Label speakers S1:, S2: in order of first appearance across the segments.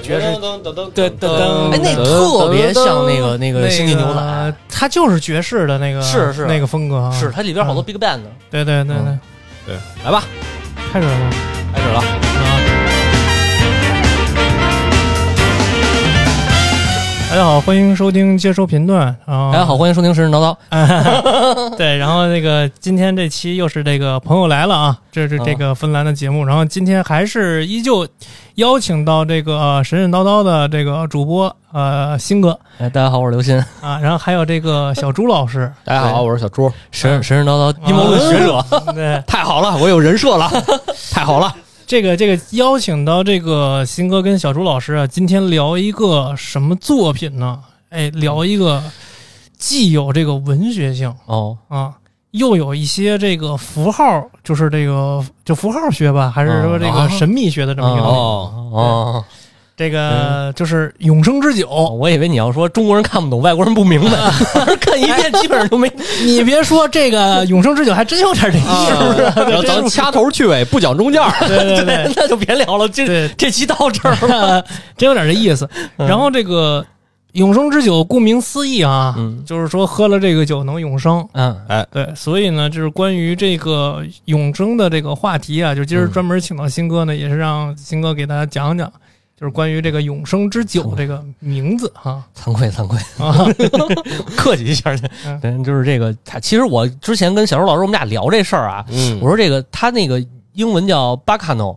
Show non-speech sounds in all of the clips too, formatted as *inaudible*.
S1: 噔噔
S2: 对噔噔
S3: 哎，那特别像那个那
S2: 那
S3: 个
S2: 个
S3: 星际牛仔，
S4: 它就是爵士的那个，
S3: 是是
S4: 那个风格啊，
S3: 是它里边好多
S4: 嗯
S3: Big Band 呢。
S4: 对对对对
S3: 嗯，来吧，
S4: 开始了。
S3: 开始了。
S4: 大家好，欢迎收听接收频段啊！
S2: 嗯
S3: 大家哎好，欢迎收听《神神叨叨》。
S4: 对，然后那个今天这期又是这个朋友来了啊，这
S3: 嗯
S4: 是这个芬兰的节目，然后今天还是依旧邀请到这个、呃神神叨叨的这个主播呃新哥
S3: 哎，大家好，我是刘鑫。哎
S4: 啊，然后还有这个小朱老
S3: *laughs*
S4: 师，
S2: 大家好，我是小朱。
S3: 神神神叨
S4: 嗯
S3: 叨阴谋论学者，
S4: 对，
S2: *laughs* 太好了，我有人
S3: *laughs*
S2: 设了，太好了。
S4: 这个这个邀请到这个新哥跟小朱老师啊，今天聊一个什么作品呢？哎，聊一个既有这个文学性。
S3: 哦，
S4: 啊，又有一些这个符号，就是这个就符号学吧，还是说这
S3: 啊
S4: 个神秘学的这么一个东
S2: 啊
S4: 西、
S3: 哦
S4: 这
S2: 嗯
S4: 个就是永生之
S3: 哦，
S4: 久。
S3: 我以为你要说中国人看不懂，外国人不明
S2: *laughs*
S3: 白，看一遍基本上都没。
S4: 你别说这个永生之久，还真有点这意思，是不
S2: 啊
S4: 是？
S2: 然后咱
S4: 真是
S2: 掐头去尾，不讲中间儿。
S4: 对对
S2: *laughs*
S4: 对
S3: 对，那就别聊了，这
S4: 对，
S3: 这期到这儿。
S4: *laughs* 真有点这意思。
S3: 嗯
S4: 然后这个永生之久，顾名思义啊，
S3: 嗯
S4: 就是说喝了这个酒能永生。
S3: 嗯，
S4: 对，所以呢，就是关于这个永生的这个话题啊，就今
S3: 嗯
S4: 儿专门请到新哥呢，也是让新哥给大家讲讲，就是关于这个“永生之酒”
S3: 嗯
S4: 这个名字哈
S3: 惭愧惭愧，
S4: 啊，
S3: 客气一下去
S4: 嗯。
S3: 对，就是这个，他其实我之前跟小周老师我们俩聊这事儿啊，
S2: 嗯
S3: 我说这个他那个英文叫 Baccano，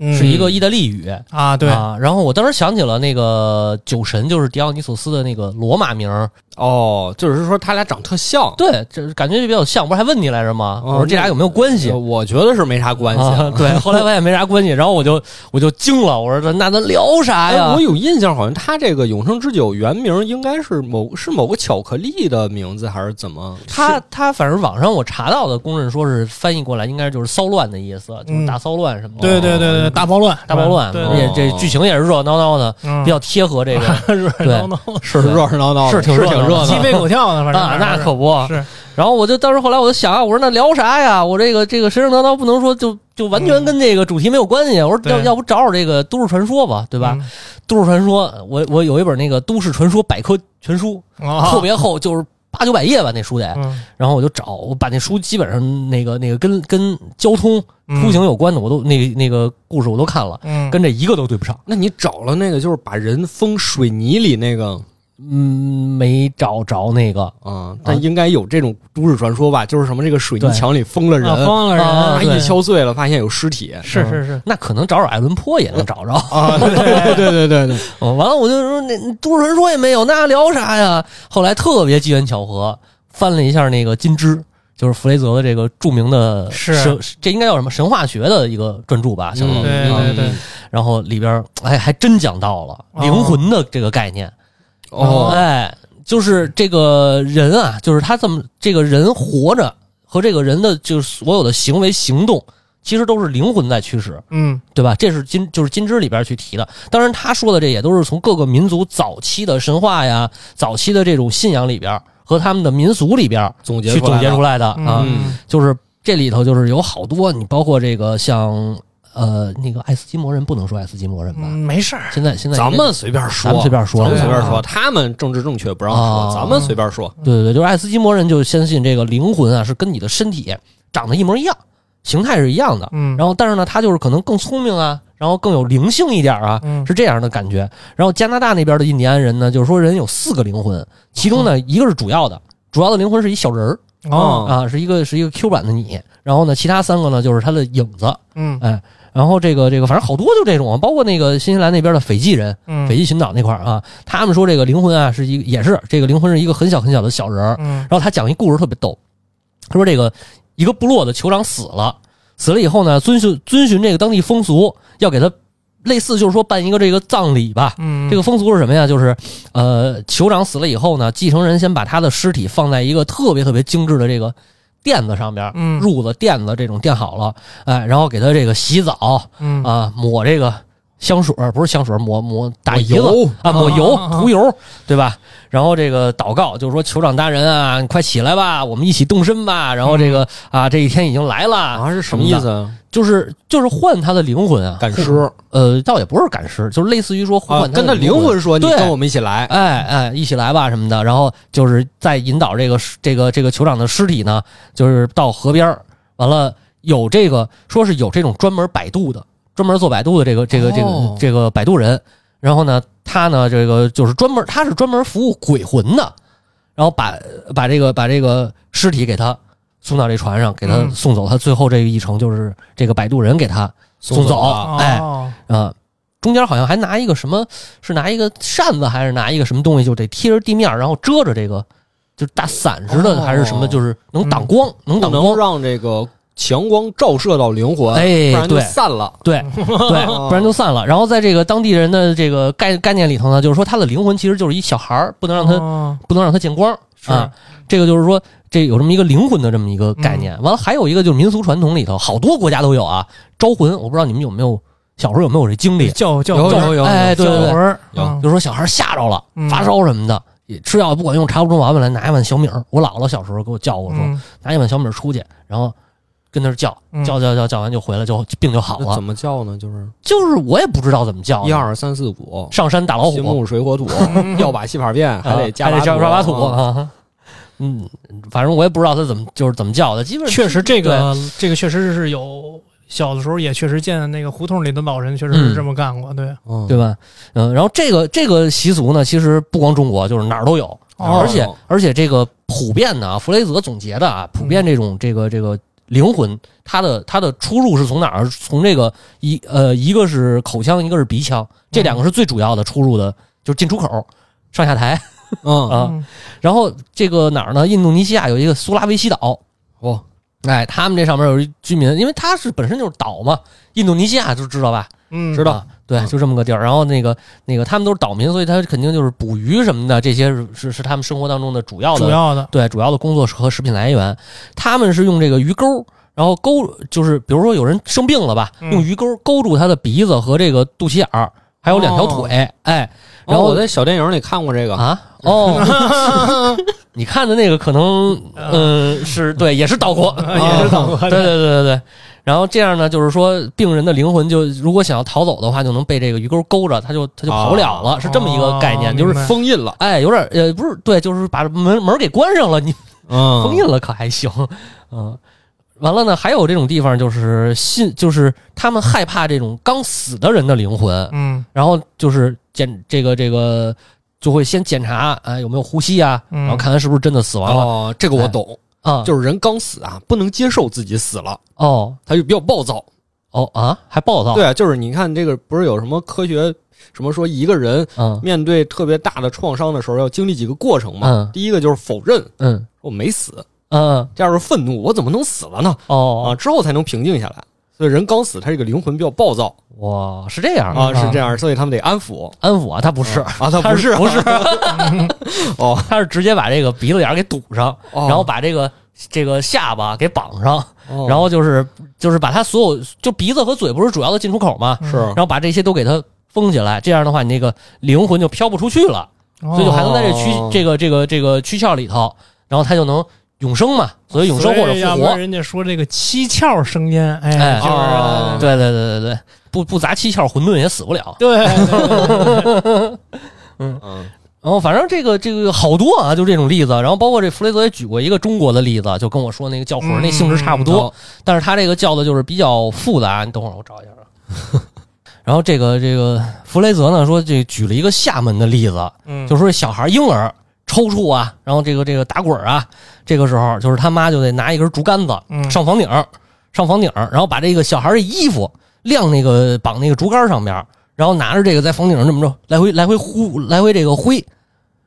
S3: 是一个意大利语。
S4: 嗯啊，对，
S3: 啊，然后我当时想起了那个酒神，就是迪奥尼索斯的那个罗马名儿，
S2: 哦，就是说他俩长特像，
S3: 对，这感觉就比较像。不是还问你来着吗？
S2: 哦
S3: 我说这俩有没有关系？
S2: 我觉得是没啥关系。
S3: 啊 *laughs* 对，后来发现没啥关系，然后我就我就惊了，我说那咱聊啥
S2: 哎，
S3: 呀
S2: 我？有印象，好像他这个永生之酒原名应该是某是某个巧克力的名字，还是怎么？
S3: 他他反正网上我查到的公认说是翻译过来应该就是骚乱的意思，就是
S4: 嗯
S3: 大骚乱什么的。嗯
S4: 对对对对，大暴乱，
S3: 大暴乱，
S4: 对
S3: 而且这剧情也是热热闹闹的，
S4: 嗯，
S3: 比较贴合这
S4: *laughs*
S3: 个。
S4: 热闹闹，
S2: *laughs* 是热热闹闹的，
S3: 是挺
S2: 是
S3: 热闹
S2: 挺
S3: 的
S2: 热闹
S4: 鸡
S2: 的。
S4: 飞狗跳的，反正
S3: 啊，那可不。
S4: 是
S3: 然后我就当时后来我就想啊，我说那聊啥呀？我这个这个神神叨叨不能说就就完全跟这个主题没有关系。啊我说
S4: 对嗯
S3: 要要不找找这个都市传说吧，对
S4: 对
S3: 吧？？都市传说，我我有一本那个都市传说百科全书，特
S4: 特
S3: 别厚，就是八九百页吧，那书
S4: 嗯
S3: 得。然后我就找，我把那书基本上那个那个跟跟交通出行，有关的，我都那那个故事我都看了，
S4: 嗯，
S3: 跟这一个都对不上。
S2: 那你找了那个，就是把人封水泥里那个，
S3: 嗯，没找着那个
S2: 啊，但应该有这种都市传说吧？就是什么这个水泥
S3: 对
S2: 墙里封了人，
S4: 啊疯了
S3: 啊
S2: 啪
S4: 人，
S2: 一敲碎了，发现有尸体。
S4: 是是是，
S3: 那可能找找艾伦坡也能找着。
S2: 啊，对对对对对，
S4: 嗯
S3: 哦， *laughs* 完了我就说那那都市传说也没有，那聊啥呀？后来特别机缘巧合，翻了一下那个《金枝》，就是弗雷泽的这个著名的
S4: 是
S3: 神，这应该叫什么神话学的一个专著吧，相当于。
S4: 对对对
S2: 嗯
S3: 然后里边儿哎还真讲到了
S4: 哦
S3: 灵魂的这个概念，
S2: *laughs* 哦，
S3: 哎，就是这个人啊，就是他这么这个人活着和这个人的就是所有的行为行动，其实都是灵魂在驱使。
S4: 嗯
S3: 对吧？这是金就是金枝里边去提的。当然，他说的这也都是从各个民族早期的神话呀、早期的这种信仰里边和他们的民俗里边
S2: 总结
S3: 去总结出
S2: 来
S3: 来的、啊。
S4: 嗯
S3: 就是这里头就是有好多，你包括这个像呃那个爱斯基摩人，不能说爱斯基摩人吧？
S4: 嗯，没事儿，
S3: 现在现
S2: 了，
S3: 在
S2: 咱们随便说，
S3: 咱们随便说，
S2: 咱们
S4: 对
S2: 随便
S3: 啊
S2: 说，他们政治正确不让
S3: 啊
S2: 说，咱们随便说。
S3: 对对对，就是爱斯基摩人就相信这个灵魂啊是跟你的身体长得一模一样，形态是一样的。
S4: 嗯，
S3: 然后，但是呢，他就是可能更聪明啊，然后更有灵性一点啊，
S4: 嗯
S3: 是这样的感觉。然后加拿大那边的印第安人呢，就是说人有四个灵魂，其中
S4: 嗯
S3: 呢一个是主要的，主要的灵魂是一小人儿
S4: 哦，
S3: 啊，是一个是一个 Q 版的你。然后呢，其他三个呢就是他的影子，
S4: 嗯
S3: 哎，然后这个这个反正好多就这种，包括那个新西兰那边的斐济人，
S4: 嗯
S3: 斐济群岛那块儿啊，他们说这个灵魂啊是一个也是这个灵魂是一个很小很小的小人儿，
S4: 嗯
S3: 然后他讲一故事特别逗，他说这个一个部落的酋长死了，死了以后呢，遵循遵循这个当地风俗，要给他类似就是说办一个这个葬礼吧。
S4: 嗯，
S3: 这个风俗是什么呀？就是，呃，酋长死了以后呢，继承人先把他的尸体放在一个特别特别精致的这个垫子上边，
S4: 嗯
S3: 褥子、垫子这种垫好了，哎，然后给他这个洗澡
S4: 嗯
S3: 啊，抹这个香水儿不是香水儿，抹抹打
S2: 打
S3: 胰子
S2: 油，
S3: 啊，抹油
S4: 啊啊啊
S3: 涂油，对吧？然后这个祷告就是说，酋长大人啊，你快起来吧，我们一起动身吧。然后这个啊，这一天已经来了，
S2: 嗯啊是什么意思啊？
S3: 就是就是换他的灵魂啊，
S2: 赶尸
S3: 呃，倒也不是赶尸，就是类似于说
S2: 啊，
S3: 换他
S2: 跟
S3: 的
S2: 他灵魂说，你
S3: 对
S2: 跟我们一起来，
S3: 哎哎，一起来吧什么的，然后就是再引导这个这个这个酋长的尸体呢，就是到河边儿，完了有这个说是有这种专门摆渡的，专门做摆渡的这个这个这个、
S2: 哦
S3: 这个摆渡人，然后呢，他呢这个就是专门他是专门服务鬼魂的，然后把把这个把这个尸体给他送到这船上，给他
S4: 嗯
S3: 送走，他最后这一程就是这个摆渡人给他送
S2: 走
S3: 走
S2: 了，
S3: 哎
S4: 哦，
S3: 啊，中间好像还拿一个什么，是拿一个扇子还是拿一个什么东西，就得贴着地面，然后遮着这个，就是大伞似的，
S2: 哦
S3: 还是什么，就是能挡光，能
S2: 嗯不
S3: 挡
S2: 能
S3: 光。
S2: 让这个强光照射到灵魂，不
S3: 哎，
S2: 然就
S3: 对
S2: 散了。
S3: 对对，不然就散了。然后在这个当地人的这个概概念里头呢，就是说他的灵魂其实就是一小孩儿，不能让
S2: 哦
S3: 他
S4: 他
S3: 不能让他见光啊。这个就是说，这有这么一个灵魂的这么一个概念。
S2: 嗯
S3: 完了，还有一个就是民俗传统里头，好多国家都有啊，招魂。我不知道你们有没有小时候有没有这经历？
S4: 叫叫
S2: 有
S4: 叫
S2: 有有
S3: 哎，对
S4: 叫
S3: 对对
S4: 魂，儿，
S2: 有
S4: 嗯
S3: 就说小孩吓着了，
S4: 嗯
S3: 发烧什么的，也吃药不管用，查不出毛病来，拿一碗小米儿。我姥姥小时候给我叫我说，
S4: 嗯
S3: 拿一碗小米儿出去，然后跟那儿叫
S4: 嗯
S3: 叫叫叫叫完就回来，就病就好啊
S2: 那
S3: 了
S2: 怎。么叫呢？就是
S3: 就是我也不知道怎么叫呢，
S2: 一二三四五，
S3: 上山打老
S2: 金
S3: 虎，
S2: 木水火
S3: *laughs*
S2: 土，要把戏法变，
S3: 啊
S2: 得加
S3: 还得加
S2: 把
S3: 把土啊。嗯，反正我也不知道他怎么就是怎么叫的，基本
S4: 确实这个
S3: 啊
S4: 这个确实是有。小的时候也确实见那个胡同里的老人，确实是这么干过，对，
S2: 嗯，
S3: 对吧？嗯，然后这个这个习俗呢，其实不光中国，就是哪儿都有，
S4: 哦
S3: 而且而且这个普遍的啊，弗雷泽总结的啊，普
S2: 嗯
S3: 遍这种这个这个灵魂，它的它的出入是从哪儿？从这个一呃，一个是口腔，一个是鼻腔，这
S2: 嗯
S3: 两个是最主要的出入的，就是进出口、上下台。*laughs*
S2: 嗯
S3: 啊
S4: 嗯
S3: 然后这个哪儿呢？印度尼西亚有一个苏拉维西岛，
S2: 哦，
S3: 哎，他们这上面有一居民，因为它是本身就是岛嘛，印度尼西亚就知道吧？
S4: 嗯，
S2: 知道
S3: 啊对，
S2: 嗯
S3: 就这么个地儿。然后那个那个，他们都是岛民，所以他肯定就是捕鱼什么的，这些是是是他们生活当中的主要的
S4: 主要的，
S3: 对主要的工作和食品来源。他们是用这个鱼钩，然后钩就是比如说有人生病了吧，
S4: 嗯
S3: 用鱼钩钩住他的鼻子和这个肚脐眼儿，还有两条腿，哎，然
S2: 然后
S3: 后
S2: 哦我在小电影里看过这个，
S3: 啊哦，
S4: *laughs*
S3: 你看的那个可能嗯是对，也是岛国，
S4: 啊
S3: 啊
S4: 也是岛国
S3: 对对对对对。然后这样呢，就是说，病人的灵魂就如果想要逃走的话，就能被这个鱼钩勾着，他就他就跑不了了，是这么一个概念，
S4: 啊哦
S3: 就是
S4: 明白
S2: 封印了，
S3: 哎，有点呃，不是对，就是把门门给关上了，你
S2: 嗯，
S3: 封印了可还行， *laughs* 嗯。完了呢，还有这种地方就是信，就是他们害怕这种刚死的人的灵魂，
S4: 嗯
S3: 然后就是检这个这个就会先检查啊、哎有没有呼吸啊，
S4: 嗯
S3: 然后看看是不是真的死亡了
S2: 哦，这个我懂，
S3: 啊，
S2: 就是人刚死啊，不能接受自己死了，
S3: 哦
S2: 他就比较暴躁。
S3: 哦啊，还暴躁，
S2: 对啊，就是你看这个，不是有什么科学什么说一个人
S3: 嗯
S2: 面对特别大的创伤的时候要经历几个过程嘛？
S3: 嗯
S2: 第一个就是否认，
S3: 嗯
S2: 我没死；
S3: 嗯
S2: 第二个是愤怒，我怎么能死了呢？啊，
S3: 哦
S2: 之后才能平静下来。所以人刚死，他这个灵魂比较暴躁
S3: 哇，是这样
S2: 啊，是这。样，所以他们得安抚。
S3: 安抚啊，他不是，
S2: 啊，他不是
S3: 不是，
S2: 哦，
S3: 他是直接把这个鼻子眼儿给堵上，
S2: 哦
S3: *laughs* 然后把这个这个下巴给绑上，
S2: 哦
S3: 然后就是就是把他所有就鼻子和嘴不是主要的进出口嘛，
S4: 嗯
S2: 是
S4: 哦
S3: 然后把这些都给它封起来，这样的话你那个灵魂就飘不出去了，所以就还能在这躯、
S2: 哦
S3: 这个这个这个躯壳里头，然后它就能永生嘛，所以永生或者
S4: 所以要不
S3: 复活
S4: 然，人家说这个七窍生烟，
S3: 哎
S4: 哎，就是
S2: 哦
S3: 对对对对对，不不砸七窍混沌也死不了。
S4: 对对，对对
S2: 嗯
S3: 然后反正这个这个好多啊，就这种例子。然后包括这弗雷泽也举过一个中国的例子，就跟我说那个叫魂儿
S4: 嗯
S3: 那性质差不多
S2: 好，
S3: 但是他这个叫的就是比较复杂。你等会儿我找一下啊。 *laughs* 然后这个这个弗雷泽呢说，这举了一个厦门的例子，
S4: 嗯
S3: 就说小孩婴儿抽搐啊，然后这个这个打滚儿啊，这个时候就是他妈就得拿一根竹竿子
S4: 嗯
S3: 上房顶儿，上房顶儿，然后把这个小孩的衣服晾那个绑那个竹竿上边儿，然后拿着这个在房顶上这么着来回来回呼来回这个挥，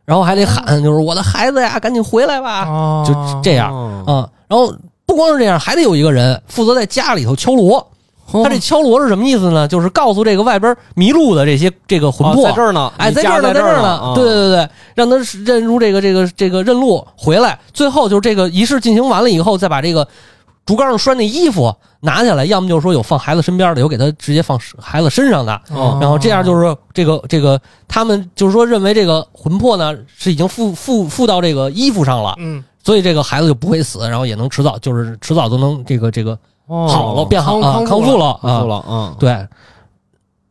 S3: 然后还得喊就是我的孩子呀，赶紧回来
S2: 啊
S3: 吧，
S4: 哦
S3: 啊就这样
S2: 哦
S3: 啊、然后不光是这样，还得有一个人负责在家里头敲
S2: 哦
S3: 锣。他这敲锣是什么意思呢？就是告诉这个外边迷路的这些这个魂
S2: 哦
S3: 魄，
S2: 在这儿呢，
S3: 哎，
S2: 你
S3: 在这
S2: 家
S3: 儿呢，
S2: 在
S3: 这儿
S2: 呢
S3: 呢，，对
S2: 啊，
S3: 对对，让他认出这个这个这个认路回来，最后就是这个仪式进行完了以后，再把这个竹竿上拴那衣服拿下来，要么就是说有放孩子身边的，有给他直接放孩子身上的，
S2: 哦
S3: 然后这样就是说这个这个他们就是说认为这个魂魄呢是已经附附附到这个衣服上了，
S4: 嗯，
S3: 所以这个孩子就不会死，然后也能迟早就是迟早都能这个这个
S4: 哦
S3: 好了变好
S4: 康
S3: 啊
S4: 康
S3: 康复了
S2: 不
S3: 啊
S2: 错了，嗯，
S3: 对，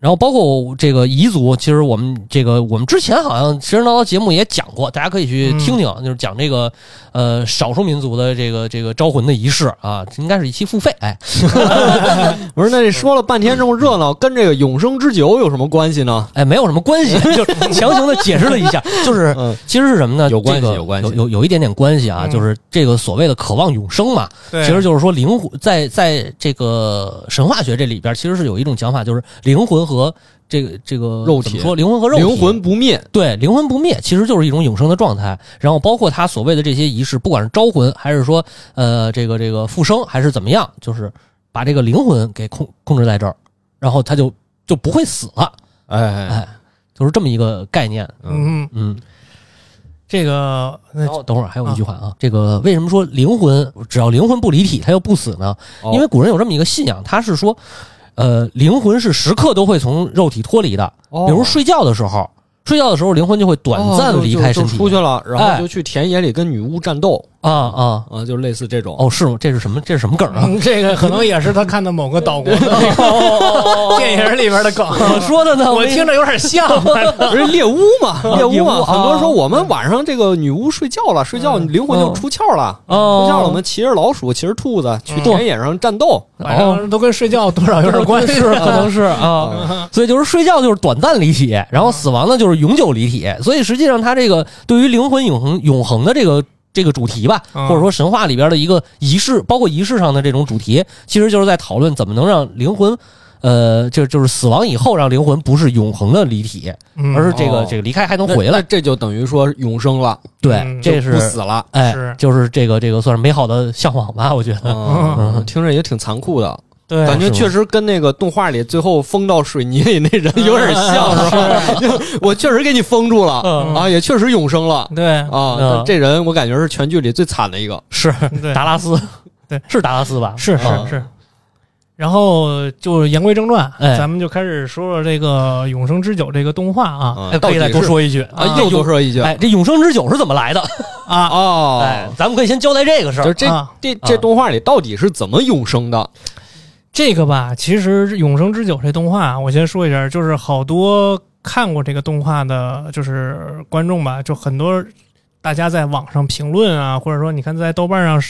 S3: 然后包括这个彝族，其实我们这个我们之前好像《其实叨叨》节目也讲过，大家可以去
S2: 嗯
S3: 听听，就是讲这个呃少数民族的这个这个招魂的仪式啊，应该是一期付费。哎，
S2: 我说那这说了半天这么热闹，跟这个永生之酒有什么关系呢？
S3: 哎，没有什么关系， *laughs*
S4: *laughs*
S3: 就是强行的解释了一下，就是
S2: 嗯，
S3: 其实是什么呢？
S2: 有关系
S3: 这个
S2: 有关系
S3: 有有有一点点关系啊，
S4: 嗯
S3: 就是这个所谓的渴望永生嘛，
S4: 对，
S3: 其实就是说灵魂在在这个神话学这里边，其实是有一种讲法，就是灵魂和这个这个
S2: 肉
S3: 怎么
S2: 体
S3: 说灵魂和肉体
S2: 灵魂不灭，
S3: 对，灵魂不灭其实就是一种永生的状态。然后包括他所谓的这些仪式，不管是招魂，还是说呃这个这个复生，还是怎么样，就是把这个灵魂给控控制在这儿，然后他就就不会死了。
S2: 哎哎，
S3: 哎，就是这么一个概念。
S2: 嗯，
S4: 嗯，
S3: 嗯，
S4: 这个那
S3: 然
S2: 哦
S3: 后等会儿还有一句话啊，这个为什么说灵魂只要灵魂不离体，它又不死呢？
S2: 哦
S3: 因为古人有这么一个信仰，他是说，呃，灵魂是时刻都会从肉体脱离的，
S2: 哦
S3: 比如睡觉的时候，睡觉的时候灵魂就会短暂离开身
S2: 哦就就
S3: 体，
S2: 就出去了，然
S3: 哎
S2: 后就去田野里跟女巫战斗
S3: 啊啊。
S2: 啊，就类似这种。
S3: 哦，是吗？这是什么？这是什么梗啊？
S4: 嗯 *laughs* 这个可能也是他看的某个岛国的
S2: *laughs* 哦
S4: *laughs* 电影里边的梗，
S3: *laughs* 我说的呢，
S4: 我听着有点
S2: *laughs*
S4: 像。
S2: 不是 *laughs* 猎巫嘛， *laughs* 猎
S3: 猎
S2: 巫
S3: 巫
S2: 嘛，嗯
S3: 啊
S2: 很多人说我们晚上这个女巫睡觉了，睡觉灵魂就出窍了，出
S3: 哦，
S2: 窍了，我们骑着老鼠，骑着兔子去田野上战斗，
S4: 晚
S3: 哦
S4: 上都跟睡觉多少有点
S2: *laughs*
S4: 关系， *laughs*
S3: 是可能是
S4: 嗯
S3: 啊， *laughs* 所以就是睡觉就是短暂离体，然后死亡呢就是永久离体，所以实际上它这个对于灵魂永恒永恒的这个。这个主题吧，
S4: 嗯
S3: 或者说神话里边的一个仪式，包括仪式上的这种主题，其实就是在讨论怎么能让灵魂，呃，就就是死亡以后让灵魂不是永恒的离体，
S4: 嗯
S3: 而是这个
S2: 哦
S3: 这个离开还能
S2: 那
S3: 回
S2: 那
S3: 来。
S2: 这就等于说永生了，
S3: 对
S4: 嗯，
S3: 这
S2: 就不死
S3: 是
S2: 了。
S3: 哎
S4: 是，
S3: 就是这个这个算是美好的向往吧，我觉得。
S2: 嗯，啊听着也挺残酷的，
S4: 对
S2: 感觉
S3: 是吗
S2: 确实跟那个动画里最后封到水泥里那人有点像，是吧？ *laughs* 就我确实给你封住了
S3: 嗯
S2: 啊，也确实永生了
S4: 对
S2: 啊。但这人我感觉是全剧里最惨的一个。
S3: 是
S4: 对
S3: 达拉斯，
S4: *laughs* 对，
S3: 是达拉斯吧？
S4: 是
S2: 啊
S4: 是是。然后就言归正传，
S3: 哎
S4: 咱们就开始说说这个《永生之酒》这个动画啊
S2: 啊
S3: 哎，
S2: 到
S3: 可以
S2: 底
S3: 再多
S2: 是
S3: 说一句
S2: 啊，
S3: 这
S2: 又多说一句
S3: 哎，这永生之酒是怎么来的？
S4: 啊
S2: 哦，
S3: 哎，咱们可以先交代这个事
S2: 就
S3: 儿
S2: 是。这
S4: 啊
S2: 这这动画里到底是怎么永生的？
S4: 这个吧，其实《永生之酒》这动画，我先说一下，就是好多看过这个动画的，就是观众吧，就很多大家在网上评论啊，或者说你看在豆瓣上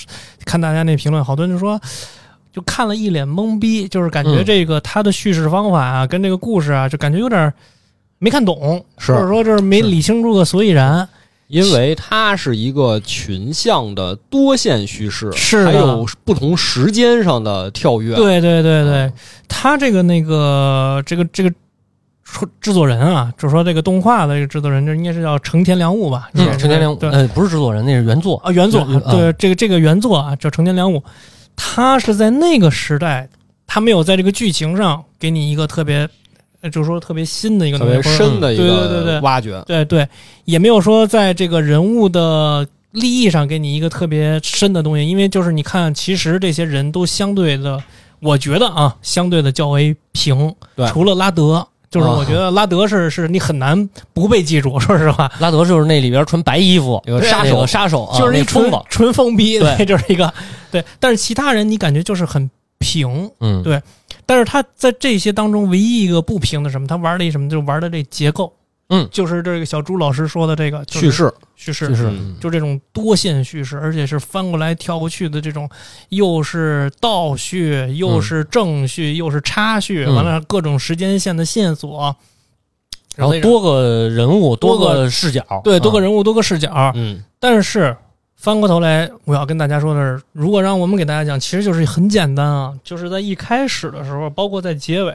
S4: 看大家那评论，好多人就说。就看了一脸懵逼，就是感觉
S3: 嗯
S4: 这个他的叙事方法啊，跟这个故事啊，就感觉有点没看懂，
S2: 是
S4: 或者说就是没
S2: 是
S4: 理清楚个所以然。
S2: 因为它是一个群像的多线叙事，
S4: 是的
S2: 还有不同时间上的跳跃。
S4: 对啊对对对，他这个那个这个这个说制作人啊，就说这个动画的这个制作人，这应该是叫成田良悟吧？应该
S3: 嗯，
S4: 是
S3: 陈天亮，
S4: 对
S3: 呃，不是制作人，那是原作。
S4: 啊，原作
S3: 嗯嗯
S4: 对这个这个原作啊，叫成田良悟，他是在那个时代，他没有在这个剧情上给你一个特别，呃就是说特别新的一个
S2: 特
S4: 东西，
S2: 别
S4: 或者
S2: 深的一
S4: 对对对对
S2: 个挖掘，
S4: 对对，也没有说在这个人物的利益上给你一个特别深的东西，因为就是你看，其实这些人都相对的，我觉得啊，相对的较为平
S2: 对，
S4: 除了拉德。就是
S2: 啊
S4: 我觉得拉德是是你很难不被记住，说实话，
S3: 拉德就是那里边穿白衣服
S2: 有个
S3: 杀
S2: 杀
S3: 手，
S2: 手
S3: 杀手啊
S4: 就是
S3: 那
S4: 一
S3: 疯
S4: 纯
S3: 子。
S4: 纯疯逼，
S3: 对
S4: 对，就是一个对。但是其他人你感觉就是很平，
S3: 嗯，
S4: 对但是他在这些当中唯一一个不平的是什么，他玩了一什么，就玩的这结构，
S3: 嗯
S4: 就是这个小朱老师说的这个就是
S2: 叙事
S4: 叙事
S3: 就是
S2: 嗯
S4: 就这种多线叙事，而且是翻过来跳过去的这种，又是倒叙，又是正叙，又是插叙，
S3: 嗯
S4: 完了各种时间线的线索，
S3: 然后
S4: 那种
S3: 多个人物，
S4: 多个
S3: 个视角，
S4: 对多个
S3: 嗯
S4: 人物、多个视角。
S2: 嗯，
S4: 啊但是翻过头来，我要跟大家说的是，如果让我们给大家讲，其实就是很简单啊，就是在一开始的时候，包括在结尾，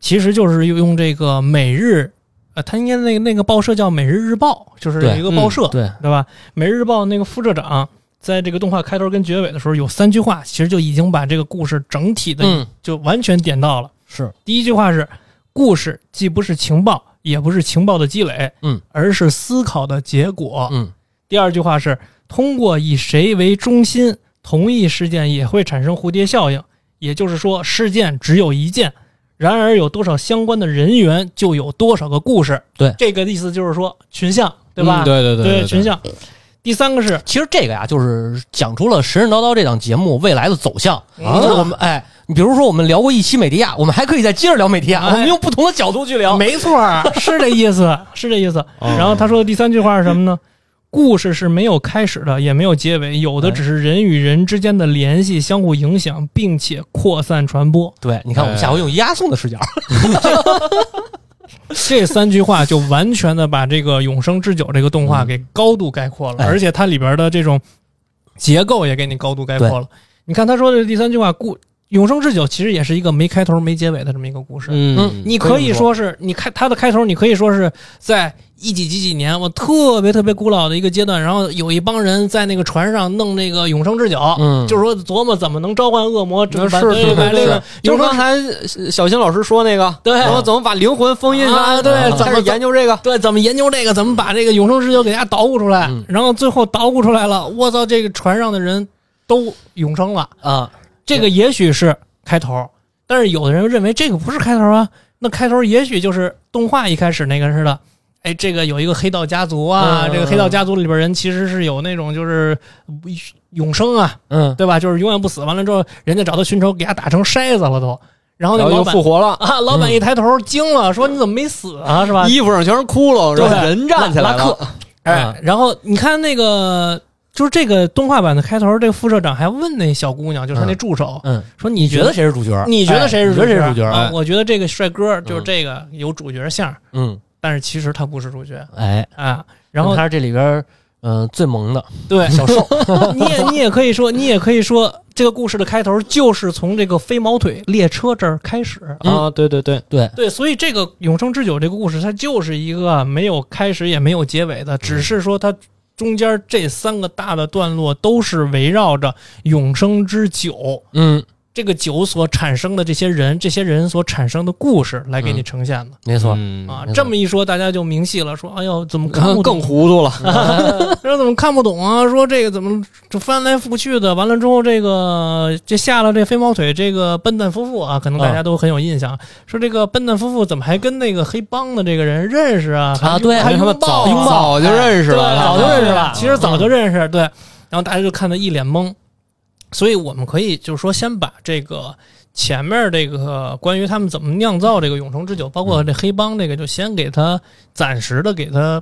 S4: 其实就是用这个每日，呃，它应该那个那个报社叫每日日报，就是
S3: 对
S4: 有一个报
S2: 嗯
S4: 社，
S3: 对，
S4: 对吧？《每日日报》那个副社长啊在这个动画开头跟结尾的时候有三句话，其实就已经把这个故事整体的、
S3: 嗯，
S4: 就完全点到了。
S3: 是
S4: 第一句话是：故事既不是情报，也不是情报的积累，
S3: 嗯，
S4: 而是思考的结果。
S3: 嗯
S4: 第二句话是：通过以谁为中心同一事件也会产生蝴蝶效应，也就是说，事件只有一件，然而有多少相关的人员，就有多少个故事。
S3: 对
S4: 这个意思就是说群像，对吧？
S2: 嗯对对对
S4: 群像。第三个是
S3: 其实这个呀，就是讲出了《神神叨叨》这档节目未来的走向。
S4: 啊
S3: 就是我们哎，你比如说我们聊过一期美迪亚，我们还可以再接着聊美迪亚，
S4: 哎
S3: 我们用不同的角度去聊。
S4: 没错儿，啊
S2: *laughs*
S4: 是这意思，是这意思。
S2: 哦
S4: 然后他说的第三句话是什么呢？故事是没有开始的，也没有结尾，有的只是人与人之间的联系相互影响，并且扩散传播。
S3: 对，你看我们下回用押送的视角，
S4: 这三句话就完全的把这个《永生之酒》这个动画给高度概括了，
S3: 哎
S4: 而且它里边的这种结构也给你高度概括了。你看他说的第三句话，故《永生之酒》其实也是一个没开头没结尾的这么一个故事。
S2: 嗯，
S4: 你可以说是你开它的开头，你可以说是在一几几几年，我特别特别古老的一个阶段，然后有一帮人在那个船上弄那个永生之酒，
S3: 嗯
S4: 就是说琢磨怎么能召唤恶魔，
S2: 那
S4: 把
S2: 是
S4: 对
S2: 是
S4: 把这
S2: 是
S4: 个，
S2: 就
S4: 永生
S2: 刚才小新老师说那个，
S4: 对
S2: 我怎么把灵魂封印
S4: 啊
S2: 上？
S4: 对
S2: 嗯
S4: 怎么
S2: 开始研究这个？
S4: 对，怎么研究这个？怎么把这个永生之酒给大家捣鼓出来？
S3: 嗯
S4: 然后最后捣鼓出来了，我操，这个船上的人都永生了。
S3: 啊，
S4: 这个也许是开头，但是有的人认为这个不是开头啊。那开头也许就是动画一开始那个似的，哎，这个有一个黑道家族啊，
S3: 嗯
S4: 这个黑道家族里边人其实是有那种就是呃永生啊，
S3: 嗯，
S4: 对吧？就是永远不死。完了之后，人家找他寻仇，给他打成筛子了都。然后那
S2: 然
S4: 个老
S2: 后又
S4: 板
S2: 复活了，
S4: 啊，老板一抬头惊了，说你怎么没死啊？是吧？
S2: 衣服上全是窟窿，然后
S4: 对
S2: 人站起来
S4: 拉拉
S2: 了。
S4: 哎
S3: 啊，
S4: 然后你看那个，就是这个动画版的开头，这个副社长还问那小姑娘，就是他那助手，
S3: 嗯，
S4: 说你
S3: 你觉
S4: 觉
S3: 得
S4: 得
S3: 谁是主角？
S4: 你觉得谁是主
S3: 哎你觉
S4: 角？
S3: 得谁是主角嗯
S4: 啊
S3: 哎
S4: 我觉得这个帅哥就是这个有主角相，
S3: 嗯，
S4: 但是其实他不是主角
S3: 哎，
S4: 啊。然后
S3: 他是这里边嗯最萌的，
S4: 对小兽，你也你也可以说，你也可以说，这个故事的开头就是从这个飞毛腿列车这儿开始。
S3: 嗯
S2: 啊，对对对，
S3: 对，
S4: 对，所以这个《永生之酒》这个故事，它就是一个没有开始也没有结尾的，只是说它中间这三个大的段落都是围绕着永生之酒
S3: 嗯，
S4: 这个酒所产生的这些人，这些人所产生的故事来给你呈现的、
S3: 没错，
S2: 嗯
S4: 啊
S3: 没。错
S4: 这么一说，大家就明细了，说哎呦，怎么
S2: *laughs*
S4: 看不懂
S2: 更更？糊涂了。
S4: 说怎么看不懂啊？ *laughs* 说这个怎么这翻来覆去的？完了之后，这个这下了这飞毛腿这个笨蛋夫妇啊，可能大家都很有印象。说这个笨蛋夫妇怎么还跟那个黑帮的这个人认识啊？
S3: 啊，对，
S4: 还
S2: 他
S4: 拥
S2: 们
S4: 抱
S2: 早
S4: 啊
S3: 拥抱
S2: 哦早就认识了，
S4: 对
S2: 他
S4: 早
S2: 们
S4: 就认识了
S3: 嗯，
S4: 其实早就认识。对，然后大家就看他一脸懵，所以我们可以就是说，先把这个前面这个关于他们怎么酿造这个永城之酒，包括这黑帮这个，就先给他暂时的给他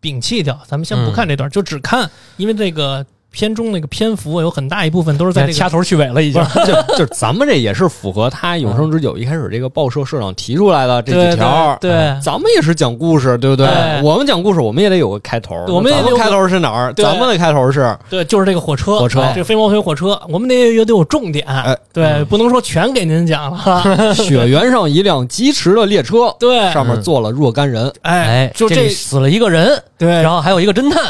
S4: 摒弃掉，咱们先不看这段，就只看，因为这个片中那个篇幅有很大一部分都是在这
S3: 掐
S4: 个。
S3: 头去尾了已经，
S2: *laughs* 就就咱们这也是符合他《永生之酒》一开始这个报社社长提出来的这
S4: 对
S2: 几条。
S4: 对对
S2: 咱们也是讲故事，对不对？
S4: 对
S2: 我们讲故事，我们也得有个开头。
S4: 对我们也
S2: 咱
S4: 得有
S2: 们
S4: 个
S2: 开头是哪儿？
S4: 对
S2: 咱们的开
S4: *laughs*
S2: 头是
S4: 对，就是这个火车，
S2: 火车
S4: 哎这个飞毛腿火车，我们得也得有重点，
S2: 哎
S4: 对，不能说全给您讲了，
S2: 雪原上一辆疾驰的列车，
S4: 对，
S2: 上面坐了若干人。
S4: 哎，
S3: 哎，
S4: 就
S3: 这里
S4: 这哎
S3: 死了一个人，
S4: 对，
S3: 然后还有一个侦探，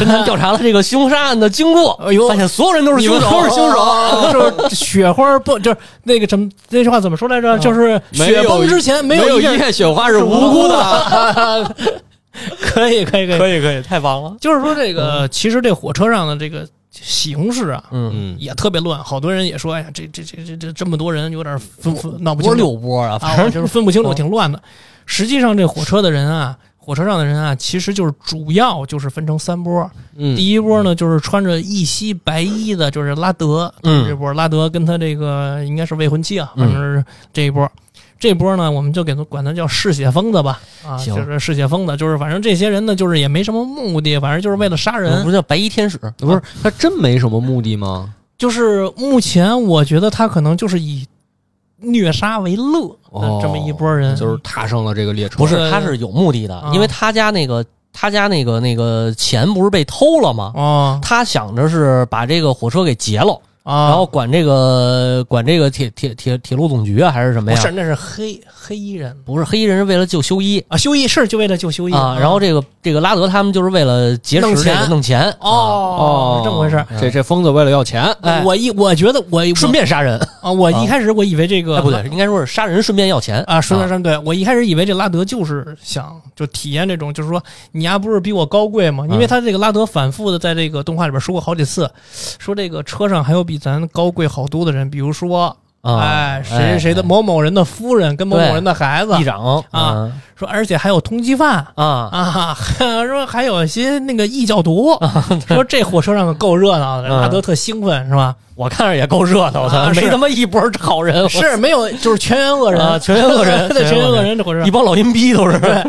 S3: 侦探调查了这个凶杀案的经过，
S4: 哎呦
S3: 发现所有人都是
S2: 你
S3: 凶
S2: 们
S3: 手，哦
S2: 都是凶手，
S4: 啊就是雪花崩，就是那个什么那句话怎么说来着？就是
S2: 没有
S4: 雪崩之前没
S2: 没
S4: 有
S2: 有
S4: 一片
S2: 片雪花是无辜的。
S4: 可以可以可以，
S3: 以可以，太棒了，
S4: 就是说这个其实这火车上的这个形式啊。
S3: 嗯，
S2: 嗯，
S4: 也特别乱，好多人也说，哎呀，这这这这这这么多人，有点分分闹不清
S3: 波
S4: 楚
S3: 六波啊，
S4: 啊
S3: 反，正
S4: 我就是分不清楚，
S3: 嗯
S4: 挺乱的。实际上，这火车的人啊，火车上的人啊，其实就是主要就是分成三波，
S2: 嗯
S4: 第一波呢，就是穿着一袭白衣的，就是拉德，
S3: 嗯
S4: 这波拉德跟他这个应该是未婚妻啊，
S3: 嗯
S4: 反正是这一波。这波呢，我们就给他管他叫嗜血疯子吧，啊，
S3: 行
S4: 就是嗜血疯子，就是反正这些人呢，就是也没什么目的，反正就是为了杀人。
S3: 不是叫白衣天使，
S2: 不是，他真没什么目的吗？
S4: 就是目前我觉得他可能就是以虐杀为乐的
S2: 哦
S4: 这么一波人，
S2: 就是踏上了这个列车。
S3: 不是
S4: 对，
S3: 他是有目的的
S4: 啊，
S3: 因为他家那个他家那个那个钱不是被偷了吗？
S4: 哦
S3: 他想着是把这个火车给劫了，
S4: 啊，
S3: 然后管这个管这个铁铁铁铁路总局啊，还是什么
S4: 不
S3: 呀？
S4: 是，那是黑黑衣人
S3: 不是黑衣人是为了救修一
S4: 啊，修一是就为了救修一
S3: 啊，然后这个这个拉德他们就是为了劫持
S4: 弄
S3: 这
S4: 钱
S3: 个弄钱啊
S4: 哦，是这么回事儿。
S2: 哎
S4: 啊
S2: 这这疯子为了要钱，
S3: 哎
S4: 我一我觉得我
S3: 顺便杀人，
S4: 我啊，我
S3: 啊
S4: 一开始我以为这个
S3: 哎不对，应该说是杀人顺便要钱
S4: 啊，顺便顺对我一开始以为这拉德就是想就体验这种，就是说你丫不是比我高贵
S3: 嗯
S4: 吗？因为他这个拉德反复的在这个动画里边说过好几次，说这个车上还有比咱高贵好多的人，比如说
S3: 啊，
S4: 哎谁谁谁的
S3: 哎
S4: 某某人的夫人跟某
S3: 对
S4: 某人的孩子
S3: 议，长
S4: 啊说而且还有通缉犯。
S3: 啊啊
S4: 啊， *laughs* 说还有一些那个异教徒，说这火车上可够热闹的，
S3: 嗯
S4: 拉德特兴奋是吧？
S3: 我看着也够热闹的，
S4: 啊是
S3: 没他妈一波好人， *laughs* 我
S4: 是没有，就是全员恶
S3: 啊
S4: 人，
S3: 全员恶
S4: *laughs*
S3: 人
S4: 对，全
S3: 全员
S4: 员
S3: 恶
S4: 恶
S3: 人
S4: 人，这火车
S3: 一帮老阴逼都是。
S4: 对，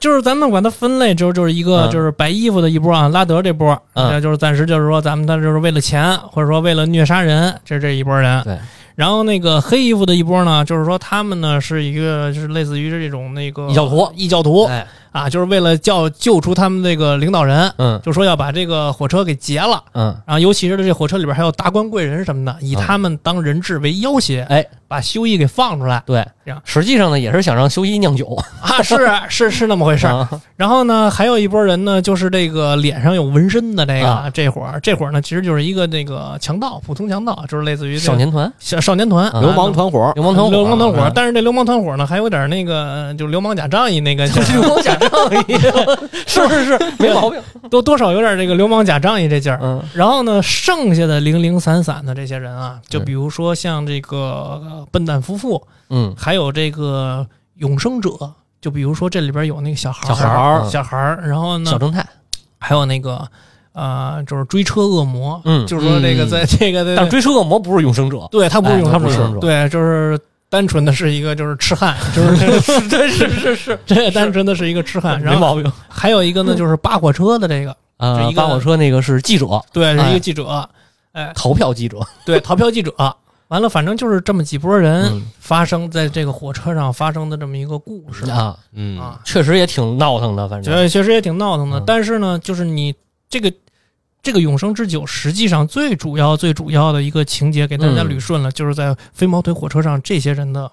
S4: 就是咱们管它分类，就是就是一个
S3: 嗯
S4: 就是白衣服的一波啊，拉德这波，
S3: 嗯
S4: 那就是暂时就是说咱们他就是为了钱，或者说为了虐杀人，这是这一波人。
S3: 对，
S4: 然后那个黑衣服的一波呢，就是说他们呢是一个就是类似于这种那个
S3: 异教徒
S4: 异教徒
S3: 哎，
S4: 啊，就是为了叫救出他们这个领导人，
S3: 嗯
S4: 就说要把这个火车给劫了。
S3: 嗯，
S4: 然后，尤其是这火车里边还有达官贵人什么的，以他们当人质为要挟，
S3: 哎，
S4: 把修一给放出来
S3: 对
S4: 这样，
S3: 实际上呢也是想让修一酿酒，
S4: 啊！是是是那么回事儿。
S3: 啊
S4: 然后呢，还有一波人呢，就是这个脸上有纹身的这个、
S3: 啊
S4: 这伙儿，这伙儿呢，其实就是一个那个强盗，普通强盗，就是类似于这
S3: 少
S4: 个
S3: 年团、
S4: 小少年团、
S3: 啊
S2: 流氓团伙，
S3: 流氓团伙、
S4: 流氓团伙儿。
S3: 嗯
S4: 但是这流氓团伙儿呢，还有点那个，就是流氓假仗义那个，就
S3: *laughs* 流氓假仗义，是是是，没毛病。
S4: 都 *laughs* 多少有点这个流氓假仗义这劲儿。
S3: 嗯
S4: 然后呢，剩下的零零散散的这些人啊，就比如说像这个呃笨蛋夫妇，
S3: 嗯，
S4: 还有这个永生者，就比如说这里边有那个小孩儿
S3: 小孩儿嗯
S4: 小孩儿，然后呢
S3: 小，正太，
S4: 还有那个呃，就是追车恶魔，
S3: 嗯
S4: 就是说这个在这个
S3: 但
S4: 在
S3: 是，追车恶魔不是永生者，
S4: 对他不是
S3: 哎
S4: 永
S3: 他
S4: 生
S3: 不是永生者
S4: 对，就是单纯的是一个就是痴汉，就是 *laughs*
S3: *laughs* 是真是是是，
S4: 这单纯的是一个痴汉，
S3: 没
S4: 啊然后
S3: 毛病。
S4: 还有一个呢就是扒火车的这个，
S3: 啊
S4: 这，一个
S3: 扒火车那个是记者，
S4: 对，是一
S3: 哎
S4: 个记者，哎，
S3: 投票记者。
S4: 对，逃票记者。完了，反正就是这么几波人
S3: 嗯
S4: 发生在这个火车上发生的这么一个故事
S3: 啊，
S2: 嗯
S4: 啊，
S3: 确实也挺闹腾的，反正
S4: 确确实也挺闹腾的。
S3: 嗯
S4: 但是呢，就是你这个这个永生之酒，实际上最主要、最主要的一个情节给大家
S3: 嗯
S4: 捋顺了，就是在飞毛腿火车上这些人的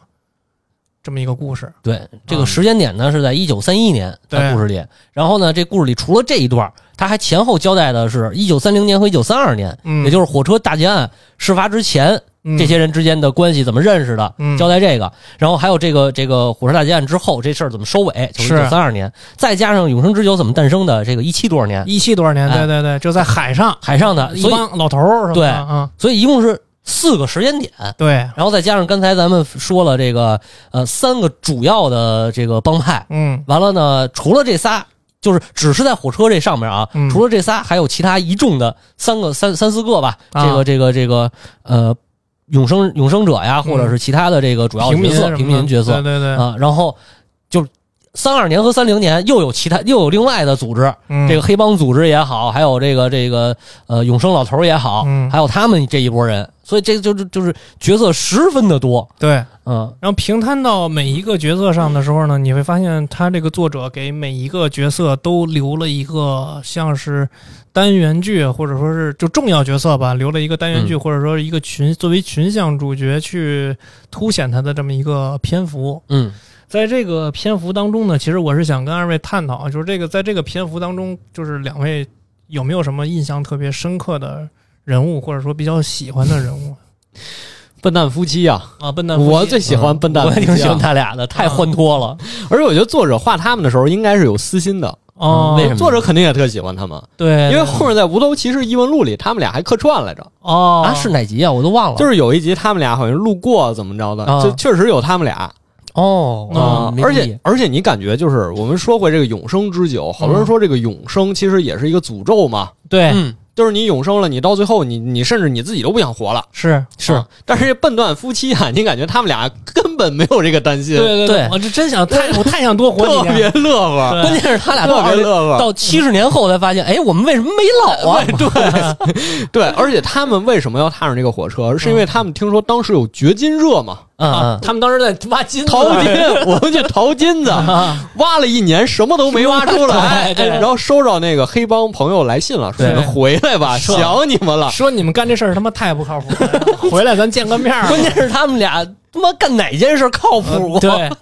S4: 这么一个故事。
S3: 对这个时间点呢是在一九三一年，
S4: 嗯对
S3: 在故事里。然后呢，这故事里除了这一段，他还前后交代的是一九三零年和一九三二年，
S4: 嗯
S3: 也就是火车大劫案事发之前，
S4: 嗯
S3: 这些人之间的关系怎么认识的，
S4: 嗯
S3: 交代这个。然后还有这个这个火车大劫案之后这事儿怎么收尾，就是
S4: 是
S3: 一九三二年，再加上永生之酒怎么诞生的，这个一七多少年
S4: 一七多少年？
S3: 哎
S4: 对对对，就在海上，
S3: 海上的，
S4: 一
S3: 所以
S4: 帮老头儿什么的
S3: 对
S4: 啊，
S3: 所以一共是四个时间点。
S4: 对，
S3: 然后再加上刚才咱们说了这个呃三个主要的这个帮派，
S4: 嗯
S3: 完了呢，除了这仨，就是只是在火车这上面啊，
S4: 嗯
S3: 除了这仨，还有其他一众的三个三三四个吧，
S4: 啊
S3: 这个这个这个呃，永生永生者呀，或者是其他的这个主要
S4: 平民
S3: 角色
S4: 什么的
S3: 平民角色
S4: 对对对，
S3: 啊，然后就三二年和三零年又有其他又有另外的组织，
S4: 嗯
S3: 这个黑帮组织也好，还有这个这个呃永生老头儿也好，
S4: 嗯
S3: 还有他们这一波人，所以这就是就是角色十分的多，
S4: 对。
S3: 嗯
S4: 然后平摊到每一个角色上的时候呢，你会发现他这个作者给每一个角色都留了一个像是单元剧，或者说是就重要角色吧，留了一个单元剧，
S3: 嗯
S4: 或者说一个群作为群像主角去凸显他的这么一个篇幅。
S3: 嗯
S4: 在这个篇幅当中呢，其实我是想跟二位探讨，就是这个在这个篇幅当中，就是两位有没有什么印象特别深刻的人物，或者说比较喜欢的人物
S2: 笨蛋夫妻啊，
S4: 啊？笨蛋夫妻，
S2: 我最喜欢笨
S3: 嗯
S2: 蛋
S3: 我
S2: 夫
S3: 也
S2: 妻、啊
S3: 挺喜欢，他俩的，太欢脱了。
S2: 而且我觉得作者画他们的时候应该是有私心的，
S4: 哦，
S3: 为什么
S2: 作者肯定也特喜欢他们，
S4: 对，
S2: 因为
S4: 对
S2: 后面在《无头骑士异闻录》里，他们俩还客串来着，
S4: 哦
S3: 啊，是哪集啊？我都
S4: 嗯
S3: 忘了。
S2: 就是有一集他们俩好像路过怎么着的，
S3: 啊
S2: 就确实有他们俩。
S3: 哦，
S4: 嗯
S2: 啊、
S3: 没
S2: 而
S3: 注
S2: 且
S3: 意
S2: 而且你感觉就是我们说回这个永生之酒，好
S4: 嗯
S2: 多人说这个永生其实也是一个诅咒嘛，
S4: 对，
S3: 嗯
S2: 就是你永生了，你到最后你你甚至你自己都不想活了。
S4: 是
S2: 啊，但是这笨蛋夫妻啊，你感觉他们俩根本没有这个担心，
S4: 对
S3: 对
S4: 我这真想
S3: *laughs*
S4: 太，我太想多活
S2: 特
S4: 几年。
S2: 别乐呵，
S3: 关键是他俩到
S2: 特别
S3: 20
S2: 乐呵。
S3: 到七十年后才发现，哎，我们为什么没老啊？
S2: 嗯对，而且他们为什么要踏上这个火车，是因为他们听说当时有掘金热嘛，
S3: 啊
S1: 啊，他们当时在挖金子，
S2: 淘金，我们去淘金子，
S4: 啊
S3: 啊
S2: 挖了一年啊什么都没挖出来，
S1: 对对
S2: 然后收着那个黑帮朋友来信了，说你们
S4: 对
S2: 回来吧，
S1: 是
S2: 想你
S4: 啊
S2: 们了。
S1: 说你们干这事儿他妈太不靠谱了，回来咱见个面
S3: *laughs*
S1: 儿。
S3: 关键是他们俩他妈干哪件事靠谱？啊
S1: 对
S4: 嗯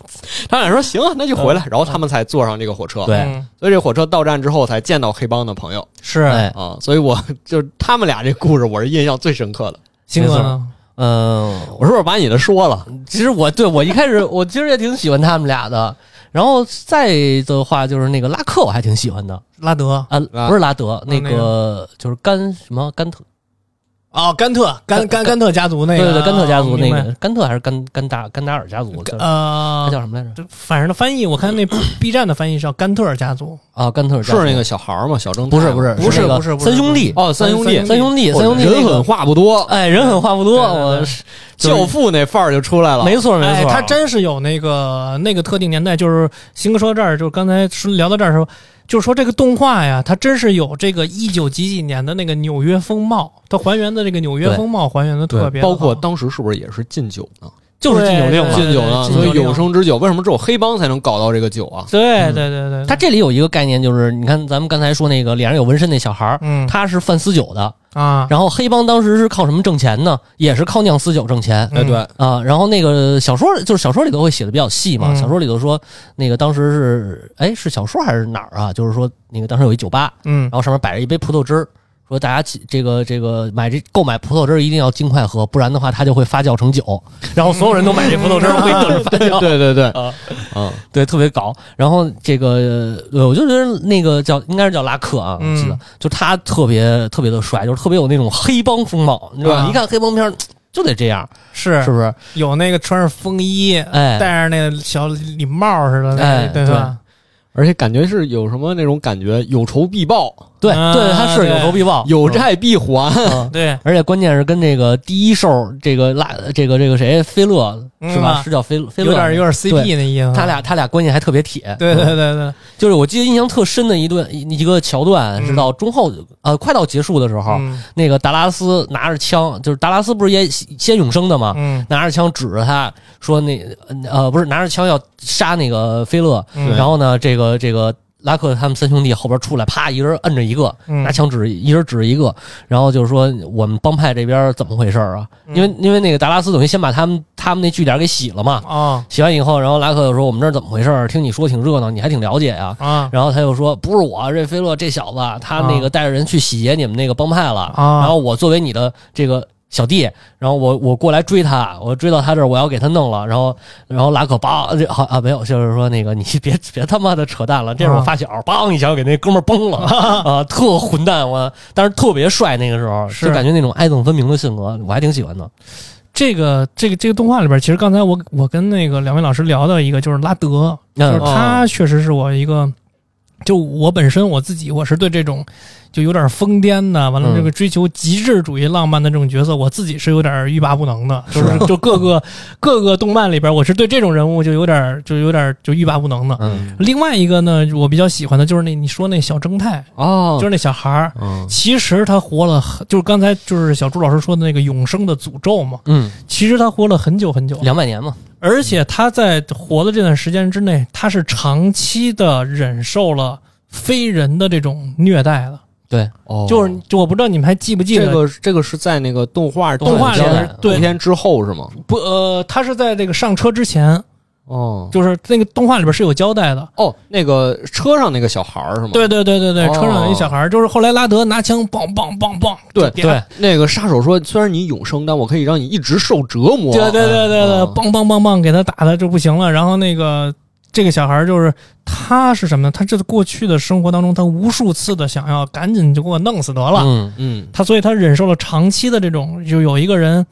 S2: 他俩说行啊，那就回来，然后他们才坐上这个火车。
S3: 对
S1: 嗯
S2: 所以这火车到站之后才见到黑帮的朋友
S3: 哎
S4: 是，
S2: 啊，所以我 *laughs* 就是他们俩这故事我是印象最深刻的。
S4: 星
S3: 没
S4: 哥
S3: 错
S4: 呢？
S3: 嗯，
S2: 我是不是把你的说了？
S3: 其实我对我一开始 *laughs* 我其实也挺喜欢他们俩的，然后再的话就是那个拉克我还挺喜欢的
S4: 拉德
S3: 啊，
S2: 啊
S3: 不是拉德，
S4: 那
S3: 那
S4: 个
S3: 个就是甘什么甘特，
S4: 哦，甘特甘甘甘特家族那
S3: 对
S4: 个，
S3: 对对，甘特家族
S4: 啊
S3: 那，
S4: 明
S3: 个甘特还是甘甘达甘达尔家族，
S4: 白
S3: 叫他
S4: 呃，
S3: 叫什么来着？
S4: 这反正的翻译，我看那 B 站的翻译是叫甘特尔家族，
S3: 啊，甘特尔家
S2: 是
S3: 族
S2: 那个小孩儿吗？小正太
S3: 不是
S2: 吗
S3: 不是
S4: 不是
S3: 那个
S4: 不是不是
S3: 三兄弟，
S2: 哦，三兄弟，
S3: 三兄弟
S2: 哦
S3: 三兄弟那
S2: 人
S3: 个
S2: 狠话不多，
S3: 哎，人狠话不多，
S4: 对对对
S3: 我就是
S2: *laughs* 教父那范儿就出来了。
S3: 没错没
S4: 哎，
S3: 错，
S4: 他真是有那个那个特定年代，就是新哥说到这儿，就是刚才说聊到这儿的时候，就是说这个动画呀，它真是有这个一九几几年的那个纽约风貌，它还原的这个纽约
S3: 对
S4: 风貌还原的特别的好，
S2: 包括当时是不是也是禁酒呢？
S3: 就是禁酒令
S4: 对
S3: 了。
S2: 禁酒呢，
S4: 禁
S2: 所
S4: 酒
S2: 以
S4: 令
S2: 有生之酒，为什么只有黑帮才能搞到这个
S4: *laughs*
S2: 酒啊？
S4: 对对对对，
S3: 嗯他这里有一个概念，就是你看咱们刚才说那个脸上有纹身那小孩儿，
S4: 嗯
S3: 他是贩私酒的，
S4: 啊，
S3: 然后黑帮当时是靠什么挣钱呢？也是靠酿私酒挣钱。
S4: 嗯
S2: 对，
S3: 啊，然后那个小说就是小说里头会写的比较细嘛，
S4: 嗯
S3: 小说里头说那个当时是哎是小说还是哪儿啊？就是说那个当时有一酒吧，
S4: 嗯
S3: 然后上面摆着一杯葡萄汁儿，说大家起这个这个买这购买葡萄汁儿一定要尽快喝，不然的话它就会发酵成酒，
S4: *laughs*
S3: 然后所有人都买这葡萄汁儿会等着发酵，
S2: 对对对，
S3: 啊
S2: 嗯，
S3: 对，特别搞。然后这个，呃我就觉得那个叫应该是叫拉克啊，
S4: 嗯
S3: 我记得，就他特别特别的帅，就是特别有那种黑帮风貌，你知道
S4: 对啊
S3: 吧？一看黑帮片儿就得这样，
S4: 是
S3: 是不是？
S4: 有那个穿着风衣，
S3: 哎
S4: 戴上那个小礼帽似的，
S3: 哎
S4: 那对吧？
S2: 而且感觉是有什么那种感觉，有仇必报，
S3: 对、
S4: 啊
S3: 对，他是
S4: 对
S3: 有仇必报，
S2: 有
S3: 这，
S2: 债必还。
S3: 嗯
S4: 对，
S3: 而且关键是跟这个第一兽，这个拉，这个这个谁，菲勒是
S4: 嗯
S3: 吧？
S4: 啊
S3: 是叫菲菲勒，
S4: 有点有点 CP
S3: 对
S4: 那意思，
S3: 他俩他俩关系还特别铁，
S4: 对对
S3: 嗯
S4: 对对，
S3: 就是我记得印象特深的一段一一个桥段，
S4: 嗯
S3: 是到中后呃快到结束的时候，
S4: 嗯
S3: 那个达拉斯拿着枪，就是达拉斯不是也先永生的吗？
S4: 嗯
S3: 拿着枪指着他说那呃不是拿着枪要杀那个菲勒，
S4: 嗯
S3: 然后呢这个这个拉克他们三兄弟后边出来，啪一人摁着一个，
S4: 嗯
S3: 拿枪指一人指一个，然后就是说我们帮派这边怎么回事儿啊？因为因为那个达拉斯等于先把他们他们那据点给洗了嘛，
S4: 啊
S3: 洗完以后，然后拉克就说我们这儿怎么回事儿？听你说挺热闹，你还挺了解呀、
S4: 啊
S3: 然后他又说：“不是我，这菲洛这小子，他那个带着人去洗劫你们那个帮派了。
S4: 啊
S3: 然后我作为你的这个小弟，然后我我过来追他，我追到他这儿，我要给他弄了。然后然后拉可梆，这好啊，没有，就是说那个你 *laughs* 别别他妈的扯淡了，这是我发小，
S4: 啊
S3: 梆、一枪给那哥们儿崩
S4: *laughs*
S3: 了啊，特混蛋，我但是特别帅，那个时候
S4: 是
S3: 就感觉那种爱憎分明的性格，我还挺喜欢的。
S4: 这个这个这个动画里边，其实刚才我我跟那个两位老师聊到一个，就是拉德，就
S3: 嗯
S4: 是他确实是我一个，就我本身我自己我是对这种就有点疯癫的，完了
S3: 嗯
S4: 这个追求极致主义浪漫的这种角色，我自己是有点欲罢不能的，就是是就各个各个动漫里边，我是对这种人物就有点就有点就欲罢不能的。
S3: 嗯
S4: 另外一个呢，我比较喜欢的就是那你说那小正太，
S2: *laughs*
S4: 啊
S2: 哦
S4: 就是那小孩儿，
S2: 嗯，
S4: 其实他活了很，就是刚才就是小朱老师说的那个永生的诅咒嘛。
S3: 嗯，
S4: 其实他活了很久很久，
S3: 两百年嘛，
S4: 而且他在活的这段时间之内，他是长期的忍受了非人的这种虐待的。
S3: 对，
S2: 哦
S4: 就是，就我不知道你们还记不记
S2: 这
S4: 得
S2: 个这个是在那个动画
S4: 动画里
S3: 交代
S4: 边
S3: 了，
S2: 冬
S4: 对，
S2: 天之后是吗？
S4: 不呃，他是在这个上车之前，
S2: 哦
S4: 就是那个动画里边是有交代的。
S2: 哦，那个车上那个小孩儿是吗？
S4: 对对对对对，
S2: 哦
S4: 车上有一小孩儿，就是后来拉德拿枪梆梆梆梆，
S2: 对
S4: 就给他
S3: 对，
S2: 那个杀手说，虽然你永生，但我可以让你一直受折磨。
S4: 对对对对对，
S2: 嗯
S4: 梆梆梆梆给他打的就不行了。然后那个这个小孩儿就是他是什么呢？他这过去的生活当中，他无数次的想要赶紧就给我弄死得了。
S3: 嗯，
S2: 嗯，
S4: 他所以他忍受了长期的这种，就有一个人，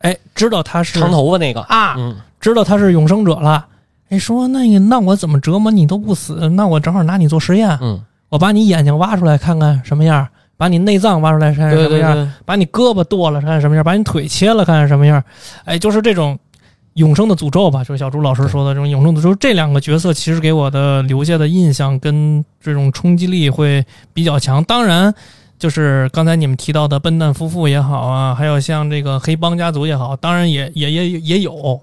S4: 哎，知道他是
S3: 长头发那个，
S4: 啊，
S3: 嗯，
S4: 知道他是永生者了。哎，说那个，那我怎么折磨你都不死？那我正好拿你做实验，
S3: 嗯
S4: 我把你眼睛挖出来看看什么样，把你内脏挖出来看看
S2: 对
S4: 哎什么
S2: 对
S4: 样，
S2: 对，
S4: 把你胳膊剁了看看什么样，把你腿切了看看什么样，哎，就是这种永生的诅咒吧，就是小朱老师说的这种永生的诅咒。这两个角色其实给我的留下的印象跟这种冲击力会比较强。当然，就是刚才你们提到的笨蛋夫妇也好啊，还有像这个黑帮家族也好，当然也也也也有。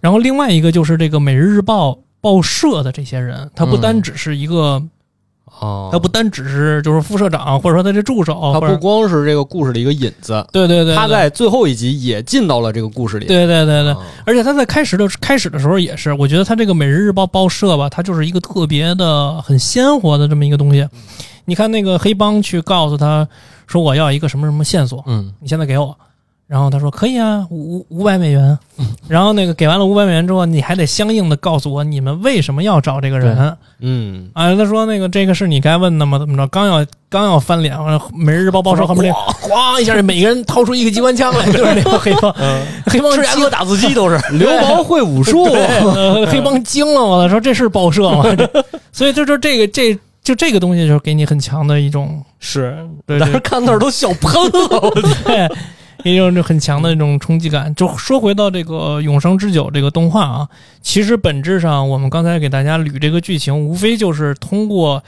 S4: 然后另外一个就是这个《每日日报》报社的这些人，他不单
S3: 嗯
S4: 只是一个，
S2: 哦
S4: 他不单只是就是副社长，或者说他这助手，
S2: 他
S4: 或者
S2: 不光是这个故事的一个引子，
S4: 对对对，
S2: 他
S4: 对
S2: 在最后一集也进到了这个故事里。
S4: 对对对对，
S2: 啊
S4: 而且他在开始的开始的时候也是，我觉得他这个《每日日报》报社吧，它就是一个特别的很鲜活的这么一个东
S3: 嗯
S4: 西。你看那个黑帮去告诉他说我要一个什么什么线索，
S3: 嗯
S4: 你现在给我。然后他说可以啊，五五百美元。
S3: 嗯
S4: 然后那个给完了五百美元之后，你还得相应的告诉我你们为什么要找这个人
S3: 对
S4: 啊？
S2: 嗯，
S4: 他说那个这个是你该问的吗？怎么着？刚要刚要翻脸，完了《每日日报》报社后面
S1: 咣一下，每个人掏出一个机关枪来，
S4: *laughs* 那就是那个黑帮，黑帮
S3: 吃牙
S4: 气
S3: 哥打字机都是
S2: 刘邦会武术，
S4: 呃，黑帮惊了，我操，说这是报社吗？ *laughs* 这所以就就这个这就这个东西，就是给你很强的一种
S1: 是
S4: *laughs* 对
S3: 当时
S4: 对
S3: 看那儿都笑喷了，我操
S4: 对， *laughs* 一种很强的一种冲击感。就说回到这个《永生之酒》这个动画啊，其实本质上我们刚才给大家捋这个剧情，无非就是通过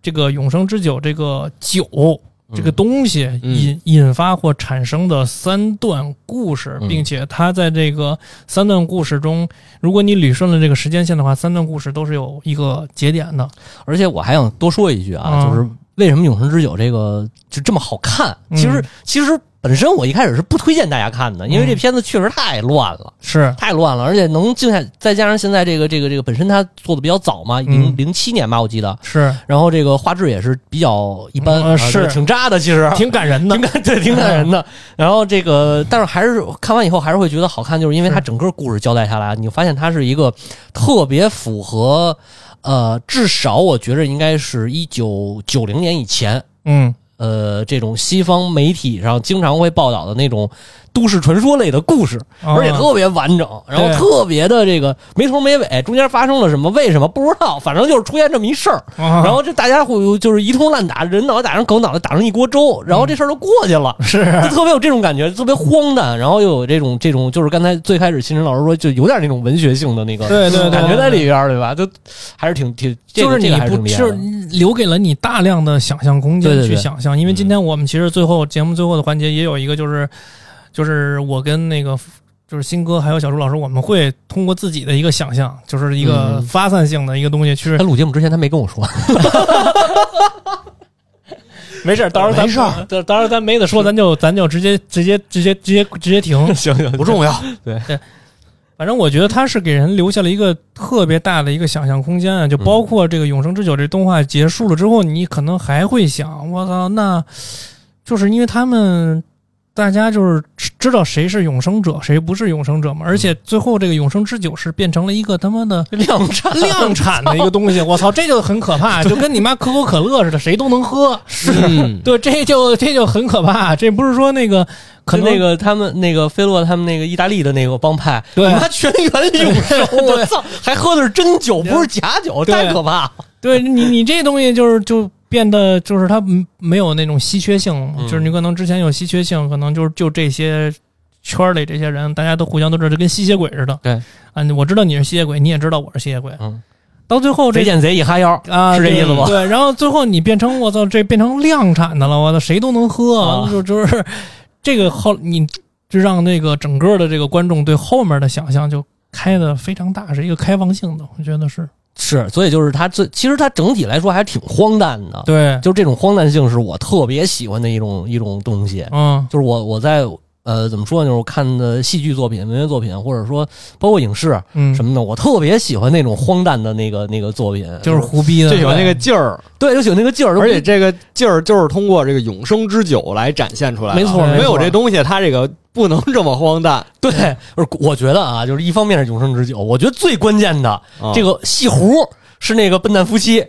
S4: 这个《永生之酒》这个
S3: 嗯
S4: 酒。这个东西
S2: 嗯
S4: 引引发或产生的三段故事，
S3: 嗯
S4: 并且它在这个三段故事中，如果你捋顺了这个时间线的话，三段故事都是有一个节点的。
S3: *laughs* 而且我还想多说一句啊，
S4: 嗯
S3: 就是为什么《永生之酒》这个就这么好看？
S4: 嗯
S3: 其实其实本身我一开始是不推荐大家看的，因为
S4: 嗯
S3: 这片子确实太乱了。
S4: 是，
S3: 太乱了，而且能静下，再加上现在这个这个这个本身它做的比较早嘛，零
S4: 嗯
S3: 零七年吧，我记得，
S4: 是
S3: 然后这个画质也是比较一般，
S4: 嗯
S3: 啊
S4: 是
S3: 挺渣的，其实
S4: 挺感人的
S3: *laughs* 挺。感对挺感人的。然后这个，但是还是看完以后还是会觉得好看，就是因为它
S4: 是
S3: 整个故事交代下来，你发现它是一个特别符合，呃，至少我觉着应该是一九九零年以前，
S4: 嗯，
S3: 呃，这种西方媒体上经常会报道的那种都市传说类的故事。而且
S4: 啊 *laughs*
S3: 特别完整，然后
S4: 对
S3: 特别的这个没头没尾，中间发生了什么，为什么不知道，反正就是出现这么一事儿，
S4: 啊
S3: 然后这大家会就是一通乱打，人脑袋打成狗脑袋打成一锅粥，然后这事儿就过去 *laughs* 了。
S4: 是
S3: 就特别有这种感觉，特别荒诞，然后又有这种这种，就是刚才最开始秦晨老师说，就有点那种文学性的那个
S1: 对对对
S3: 感觉在里边儿，对吧？就还是挺挺，这
S4: 就
S3: 个
S4: 是
S3: 这
S4: 你
S3: 个还是
S4: 不
S3: 挺厉害
S4: 就
S3: 的 *laughs*
S4: 是留给了你大量的想象空
S3: 对
S4: 间
S3: 对
S4: 去
S3: 对
S4: 想象，因为今天我们其实最后节目最后的环节也有一个就是就是我跟那个。就是新哥还有小朱老师，我们会通过自己的一个想象，就是一个
S3: 嗯呃
S4: 发散性的一个东西去
S3: 他。录节目之前他没跟我说，
S4: 没事，到时候咱
S1: 没事儿
S4: 到到时候咱没得说，咱就咱就直接直接直接直接直接停。
S2: 行行，
S1: 不重要。
S4: 反正我觉得它是给人留下了一个特别大的一个想象空间啊，
S3: 嗯
S4: 就包括这个《永生之酒》这动画结束了之后，你可能还会想，我操，那就是因为他们大家就是知道谁是永生者，谁不是永生者
S3: 嗯
S4: 嘛，而且最后这个《永生之酒》是变成了一个他妈
S3: *laughs*
S4: 的
S3: 量产
S4: 量产的一个东西，我操，这就很可怕，
S3: *laughs*
S4: 就跟你妈可口可乐似的，谁都能喝，
S2: 是
S4: 对，这就这就很可怕，这不是说那个可
S3: 跟
S4: 能
S3: 那个他们那个菲洛他们那个意大利的那个帮派， *laughs*
S4: 对
S3: 你妈全员永 *laughs* 生，我操，还喝的是真酒，不是假酒，
S4: 对
S3: 太可怕。
S4: 对你，你这东西就是就变得就是它嗯没有那种稀缺性，
S3: 嗯
S4: 就是你可能之前有稀缺性，可能就是就这些圈儿里这些人，大家都互相都知道，就跟吸血鬼似的。
S3: 对，
S4: 啊，你我知道你是吸血鬼，你也知道我是吸血鬼。
S3: 嗯，
S4: 到最后
S3: 贼
S4: 这
S3: 见贼一哈腰，
S4: 啊，
S3: 是这
S4: 对
S3: 意思吗
S4: 对，然后最后你变成我操，这变成量产的了，我操，谁都能喝，
S3: 啊
S4: 就就是这个后你就让那个整个的这个观众对后面的想象就开的非常大，是一个开放性的，我觉得是
S3: 是，所以就是他最，其实他整体来说还挺荒诞的，
S4: 对，
S3: 就这种荒诞性是我特别喜欢的一种一种东西，
S4: 嗯
S3: 就是我我在。呃，怎么说呢？就是我看的戏剧作品、文学作品，或者说包括影视
S4: 嗯，
S3: 什么的，我特别喜欢那种荒诞的那个那个作品，
S4: 就是胡逼的，
S2: 就喜欢那个劲儿，
S3: 对，就喜欢那个劲儿，就
S2: 而且这个劲儿就是通过这个永生之酒来展现出来的。
S3: 没错
S4: 没错
S2: 没有这东西，它这个不能这么荒诞。
S3: 对，不是，我觉得啊，就是一方面是永生之酒，我觉得最关键的、
S2: 啊
S3: 这个戏胡是那个笨蛋夫妻。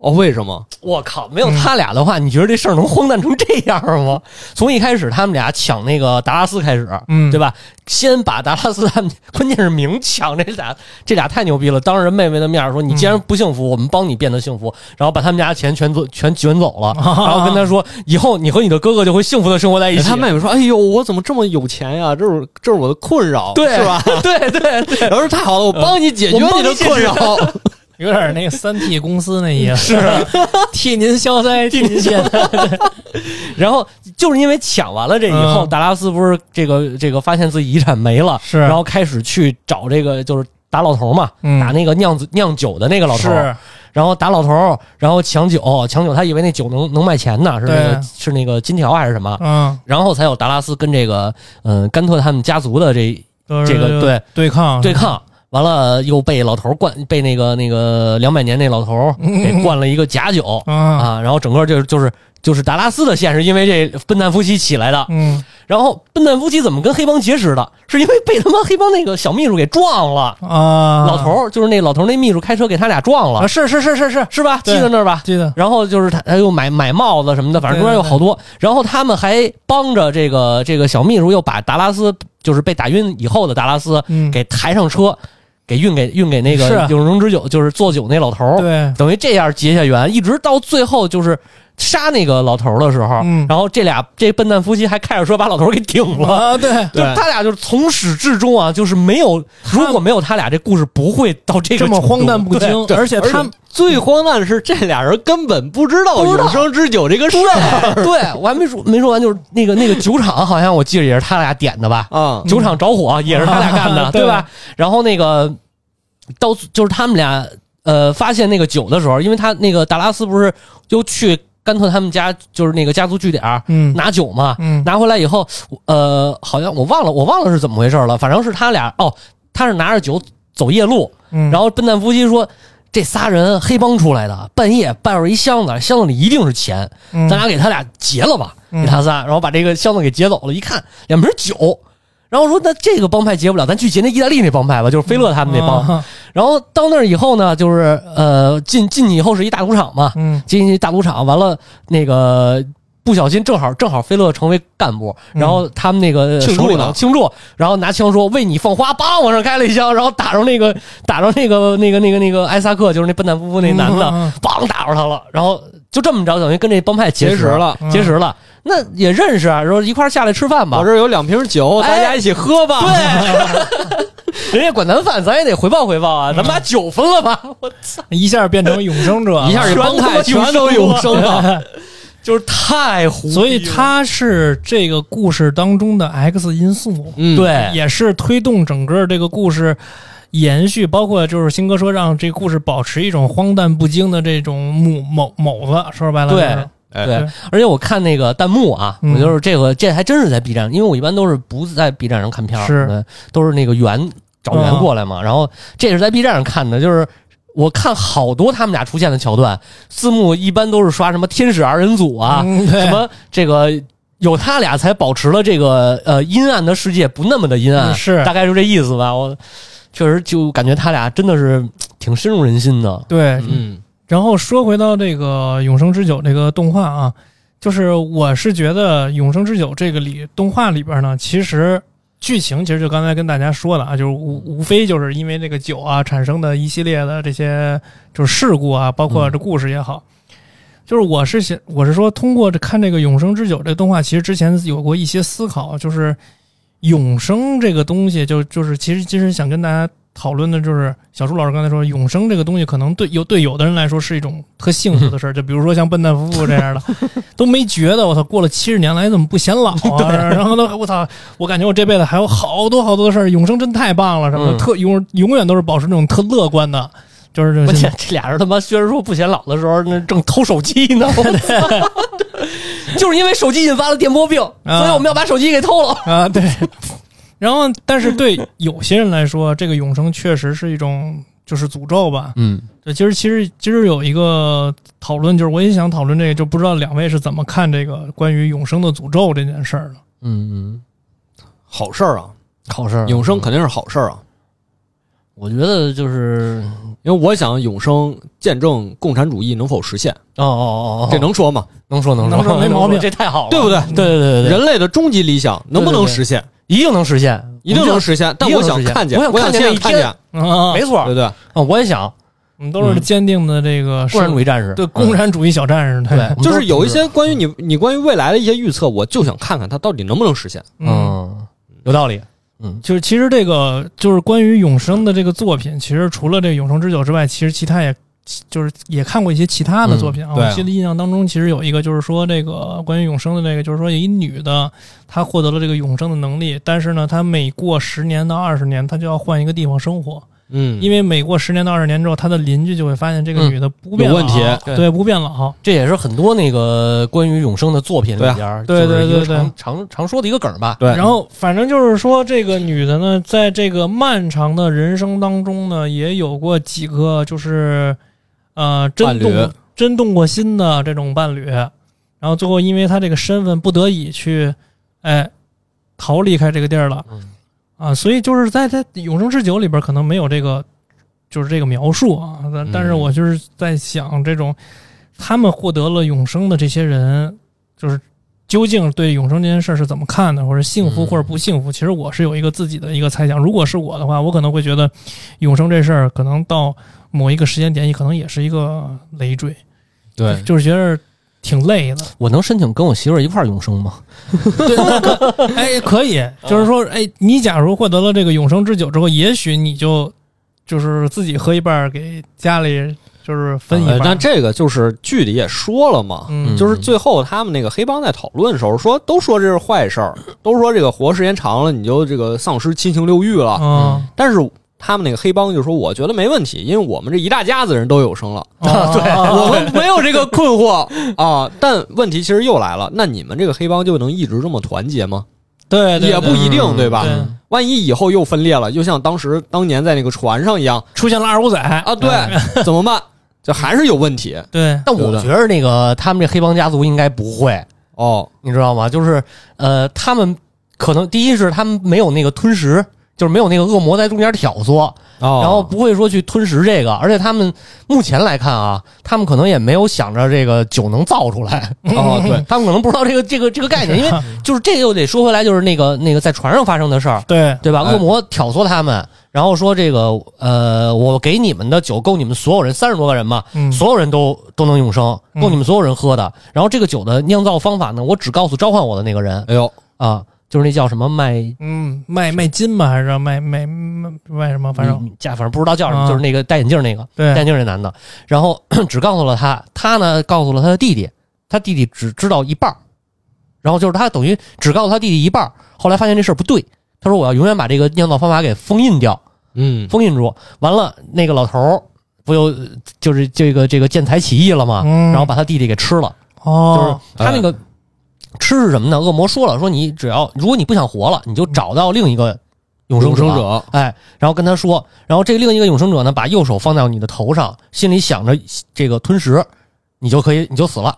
S2: 哦，为什么？
S3: 我靠，没有他俩的话，你觉得这事儿能荒诞成这样
S2: 嗯
S3: 吗？从一开始他们俩抢那个达拉斯开始，
S4: 嗯，
S3: 对吧？先把达拉斯他们， *laughs* 关键是明抢这俩，这俩太牛逼了。当着人妹妹的面说：“你既然不幸福，我们帮你变得幸福。”然后把他们家的钱全走全卷走
S2: *laughs*
S3: 了，然后跟他说：“以后你和你的哥哥就会幸福的生活在一起。”
S2: 他妹妹说：“哎呦，我怎么这么有钱呀？这是这是我的困扰，
S3: 对
S2: 是吧？
S3: *laughs* 对对对，
S2: 然后说太好了，我帮你解决
S3: 我帮
S2: 的
S3: 你解决
S2: 困扰。
S4: 有点那个三 T 公司那意思，
S3: 替您消灾，替您解难。 *laughs* 然后就是因为抢完了这以后，
S4: 嗯
S3: 达拉斯不是这个这个发现自己遗产没了，
S4: 是
S3: 然后开始去找这个就是打老头嘛，
S4: 嗯
S3: 打那个酿子酿酒的那个老头，
S4: 是
S3: 然后打老头，然后抢酒，抢酒，他以为那酒能能卖钱呢，是那个
S4: 对
S3: 是那个金条啊还是什么？
S4: 嗯，
S3: 然后才有达拉斯跟这个嗯、甘特他们家族的这
S4: 都是
S3: 这个对
S4: 对抗
S3: 对抗。完了，又被老头灌，被那个那个两百年那老头给灌了一个假酒，
S4: 啊，
S3: 啊，然后整个就是就是就是达拉斯的线是因为这笨蛋夫妻起来的，
S4: 嗯
S3: 然后笨蛋夫妻怎么跟黑帮结识的？是因为被他妈黑帮那个小秘书给撞了，
S4: 啊，
S3: 老头儿就是那老头儿那秘书开车给他俩撞了，
S4: 啊，是是是是是，
S3: 是吧？记
S4: 对
S3: 得那儿吧？
S4: 记得
S3: 然后就是他，他又买买帽子什么的，反正中间有好多。然后他们还帮着这个这个小秘书，又把达拉斯就是被打晕以后的达拉斯
S4: 嗯，
S3: 给抬上车，给运给运给那
S4: 是
S3: 个
S4: 啊
S3: 永生之酒，就是做酒那老头
S4: *laughs*
S3: 儿。
S4: 对，
S3: 等于这样结下缘，一直到最后就是杀那个老头儿的时候，
S4: 嗯
S3: 然后这俩这笨蛋夫妻还开着车把老头儿给顶了。
S4: 啊 *laughs* 对，
S3: 就
S2: 对
S3: 他俩就是从始至终啊，就是没有，如果没有他俩，这故事不会到这个
S4: 这么
S3: 程度
S4: 荒诞不经，
S2: 对
S4: 而且他们
S2: 最荒诞的是，这俩人根本不知道
S3: 不知道
S2: 永生之酒这个事儿
S4: *laughs*
S3: 对，我还没说没说完，就是那个那个酒厂，好像我记得也是他俩点的吧？
S2: 啊。
S3: 酒厂着火也是他俩
S4: *laughs*
S3: 干的，
S4: 对
S3: 对吧？然后那个到就是他们俩呃发现那个酒的时候，因为他那个达拉斯不是又去甘特他们家，就是那个家族据点儿
S4: 嗯
S3: 拿酒嘛，
S4: 嗯
S3: 拿回来以后，呃，好像我忘了，我忘了是怎么回事了。反正是他俩哦，他是拿着酒走夜路，
S4: 嗯，
S3: 然后笨蛋夫妻说。这仨人黑帮出来的，半夜抱着一箱子，箱子里一定是钱，
S4: 嗯
S3: 咱俩给他俩劫了吧，
S4: 嗯
S3: 给他仨，然后把这个箱子给劫走了。一看两瓶酒，然后说那这个帮派劫不了，咱去劫那意大利那帮派吧，就是菲勒他们那
S2: 嗯
S3: 帮。
S4: 啊
S3: 然后到那儿以后呢，就是呃进进去以后是一大赌场嘛，
S4: 嗯
S3: 进去大赌场，完了那个不小心正好正好菲勒成为干部，
S4: 嗯
S3: 然后他们那个
S2: 庆祝
S3: 手里
S2: 呢
S3: 头庆祝，然后拿枪说为你放花，梆往上开了一枪，然后打着那个打着那个那个那个那个艾萨克，就是那笨蛋夫妇那男
S4: 嗯嗯
S3: 的，梆打着他了，然后就这么着，等于跟这帮派结
S2: 结
S3: 识
S2: 识了，
S4: 嗯
S3: 结识了，那也认识啊，说一块儿下来吃饭吧
S2: 我这。儿有两瓶酒，
S3: 哎
S2: 大家一起喝吧。
S3: 对，人家管咱饭，咱也得回报回报啊！咱把酒分了吧，我
S4: 一下变成永生者了，
S2: 一下这
S3: 全
S2: 帮
S3: 他妈
S2: 派全都
S3: 永
S2: 永
S3: 生
S2: 生了，
S3: 就是太胡逼了。
S4: 所以它是这个故事当中的 X 因素，
S2: 嗯，
S3: 对，
S4: 也是推动整个这个故事延续，包括就是新哥说让这故事保持一种荒诞不经的这种某某某子，说白了就是，
S3: 对对
S4: 对，
S3: 而且我看那个弹幕啊，
S4: 嗯
S3: 我就是这个，这还真是在 B 站，因为我一般都是不在 B 站上看片儿，
S4: 是
S3: 对，都是那个源找源
S4: 嗯
S3: 过来嘛。然后这是在 B 站上看的，就是我看好多他们俩出现的桥段，字幕一般都是刷什么天使二人组啊，
S4: 嗯对
S3: 什么这个有他俩才保持了这个呃阴暗的世界不那么的阴暗，
S4: 嗯是
S3: 大概就这意思吧。我确实就感觉他俩真的是嘖挺深入人心的，
S4: 对，
S2: 嗯，
S4: 然后说回到这个《永生之酒》这个动画啊，就是我是觉得《永生之酒》这个里动画里边呢，其实剧情其实就刚才跟大家说的啊，就是无无非就是因为这个酒啊产生的一系列的这些就是事故啊，包括这故事也好。就是我是想，我是说，通过这看这个《永生之酒》这个动画，其实之前有过一些思考，就是永生这个东西就，就是其实其实想跟大家讨论的，就是小朱老师刚才说，永生这个东西，可能对有对有的人来说是一种特幸福的事儿，就比如说像笨蛋夫妇这样的，都没觉得我操，过了七十年来怎么不显老啊？然后呢，我操，我感觉我这辈子还有好多好多的事儿，永生真太棒了，什么的
S3: 嗯
S4: 特永永远都是保持那种特乐观的，就是这种
S3: 关键这俩人他妈虽然说不显老的时候，那正偷手机呢，我操就是因为手机引发了电波病，
S4: 啊
S3: 所以我们要把手机给偷 *laughs* 了。
S4: 啊，对。然后，但是对有些人来说，这个永生确实是一种就是诅咒吧。
S3: 嗯，
S4: 对，其实其实其实有一个讨论，就是我也想讨论这个，就不知道两位是怎么看这个关于永生的诅咒这件事儿的。
S3: 嗯，
S2: 好事儿啊，
S3: 好事儿
S2: 永生肯定是好事儿啊，
S3: 我觉得就是，
S2: 因为我想永生见证共产主义能否实现，
S3: 哦哦哦，
S2: 这能说吗？
S3: 能说能
S4: 能说没毛病
S3: 这太好了，
S2: 对不对？
S3: 对对对对对，
S2: 人类的终极理想能不能实现？
S3: 一定能实现，
S2: 一定能实现，但我想看见，
S3: 我想
S2: 我想
S3: 看见那
S2: 亲眼
S3: 一
S2: 看
S3: 天
S2: 见，
S4: 啊
S3: 没错
S2: 对不对？
S3: 啊，我也想
S4: 我们都是坚定的这个
S3: 共嗯产主
S4: 义，
S3: 义战士，
S4: 对共产主义小战士，
S3: 嗯对，我，们
S2: 就
S3: 都
S2: 是有一些关于你你关于未来的一些预测，我就想看看它到底能不能实现。
S4: 嗯，
S3: 嗯，有道理，嗯
S4: 就是其实这个就是关于永生的这个作品，其实除了这个《永生之酒》之外，其实其他也就是也看过一些其他的作品啊。
S1: 嗯对啊
S4: 我记得印象当中，其实有一个就是说这个关于永生的这个，就是说有一女的她获得了这个永生的能力，但是呢，她每过十年到二十年，她就要换一个地方生活，
S2: 嗯，
S4: 因为每过十年到二十年之后，她的邻居就会发现这个
S2: 嗯
S4: 女的不变
S2: 有
S4: 老，
S2: 问题
S4: 对
S1: 对
S4: 不变老。
S3: 这也是很多那个关于永生的作品里边儿，
S4: 对啊
S3: 就是一个
S4: 对对对
S3: 常常常说的一个梗儿吧。
S2: 对，
S4: 然后反正就是说，这个女的呢，在这个漫长的人生当中呢，也有过几个就是呃真
S2: 伴侣
S4: 动真动过心的这种伴侣，然后最后因为她这个身份不得已去哎逃离开这个地儿了
S3: 嗯
S4: 啊，所以就是在在《永生之酒》里边可能没有这个就是这个描述啊，但但是
S2: 嗯
S4: 我就是在想这种他们获得了永生的这些人，就是究竟对永生这件事儿是怎么看的，或者幸福
S3: 嗯
S4: 或者不幸福？其实我是有一个自己的一个猜想。如果是我的话，我可能会觉得永生这事儿可能到某一个时间点，也可能也是一个累赘，
S2: 对，
S4: 就是觉得挺累的。
S3: 我能申请跟我媳妇儿一块儿永生吗？
S4: 哎，可以，就是说，哎，你假如获得了这个永生之酒之后，也许你就就是自己喝一半儿，给家里就是分一
S2: 呃
S4: 半
S2: 那
S4: 儿。
S2: 这个就是剧里也说了嘛，
S4: 嗯，
S2: 就是最后他们那个黑帮在讨论的时候说，都说这是坏事儿，都说这个活时间长了你就这个丧失七情六欲了。
S4: 嗯，
S2: 但是他们那个黑帮就说，我觉得没问题，因为我们这一大家子人都有生了，
S3: 嗯
S4: 啊，对，
S2: 我们没有这个困惑啊。但问题其实又来了，那你们这个黑帮就能一直这么团结吗？
S4: 对，对
S2: 也不
S4: 对
S2: 一定，
S3: 嗯
S2: 对吧？
S4: 对
S2: 万一以后又分裂了，就像当时当年在那个船上一样
S4: 出现了二五
S3: 哎
S4: 仔，
S2: 啊，对， *laughs* 怎么办？这还是有问题
S4: 对，
S3: 但我
S2: 对的
S3: 觉得那个他们这黑帮家族应该不会，
S2: 哦。
S3: 你知道吗？就是呃，他们可能第一是他们没有那个吞食，就是没有那个恶魔在中间挑唆，
S2: 哦，
S3: 然后不会说去吞食这个，而且他们目前来看啊，他们可能也没有想着这个酒能造出来， *laughs*
S2: 哦，对，
S3: 他们可能不知道这个这个这个
S4: *laughs*
S3: 概念，因为就是这个又得说回来，就是那个那个在船上发生的事儿，
S4: 对，
S3: 对吧？
S2: 哎
S3: 恶魔挑唆他们，然后说这个呃，我给你们的酒够你们所有人三十多个人嘛，
S4: 嗯，
S3: 所有人都都能永生，
S4: 嗯
S3: 够你们所有人喝的。然后这个酒的酿造方法呢，我只告诉召唤我的那个人
S2: 哎呦，
S3: 啊，就是那叫什么麦。
S4: 嗯，卖卖金吧，还是卖卖卖卖什么？反正
S3: 嗯家反正不知道叫什么，
S4: 啊
S3: 就是那个戴眼镜那个
S4: 对
S3: 戴眼镜那男的，然后 *clears throat* 只告诉了他，他呢告诉了他的弟弟，他弟弟只知道一半儿然后就是他等于只告诉他弟弟一半儿后来发现这事儿不对，他说我要永远把这个酿造方法给封印掉，
S2: 嗯，
S3: 封印住。完了，那个老头儿不又就是这个这个见财起意了吗？
S4: 嗯
S3: 然后把他弟弟给吃了。
S4: 哦，
S3: 就是他那个吃是什么呢？恶魔说了，说你只要如果你不想活了，你就找到另一个永生
S2: 永
S3: 者，
S2: 生者，
S3: 哎，然后跟他说，然后这另一个永生者呢，把右手放到你的头上，心里想着这个吞食，你就可以你就死了，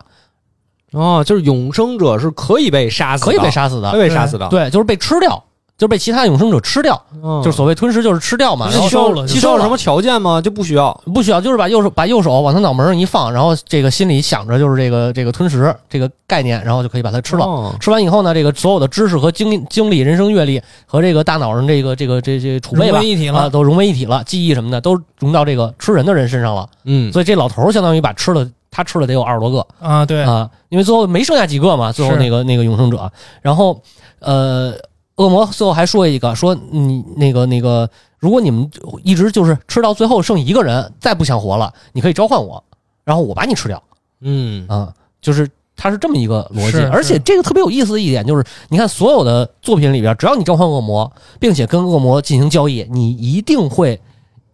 S2: 哦，就是永生者是可以被杀死的，
S3: 可以被，杀死
S2: 可
S3: 的，
S2: 以被杀死的，
S3: 对，就是被吃掉，就是被其他永生者吃掉，
S2: 嗯，
S3: 就是所谓吞食就是吃掉嘛，
S2: 啊
S4: 不
S3: 然
S4: 是
S3: 后
S4: 吸收了
S2: 需
S3: 吸收
S2: 要
S3: 了
S2: 什么条件吗？就不需要。
S3: 不需要，就是把右手把右手往他脑门上一放，然后这个心里想着就是这个这个吞食这个概念，然后就可以把它吃了。
S2: 哦
S3: 吃完以后呢，这个所有的知识和经经历、人生阅历和这个大脑上这个这个这这储备
S4: 融
S3: 吧
S4: 为，一体
S3: 啊，
S4: 了，
S3: 都融为一体了，记忆什么的都融到这个吃人的人身上了。
S2: 嗯，
S3: 所以这老头儿相当于把吃了他吃了得有二十多个
S4: 啊，对，
S3: 啊，因为最后没剩下几个嘛，最后
S4: 是
S3: 那个那个永生者，然后呃，恶魔最后还说一个说你那个那个，如果你们一直就是吃到最后剩一个人，再不想活了，你可以召唤我，然后我把你吃掉。
S2: 嗯，
S3: 啊，就是它是这么一个逻辑
S4: 是。
S3: 而且这个特别有意思的一点就是，你看所有的作品里边，只要你召唤恶魔，并且跟恶魔进行交易，你一定会，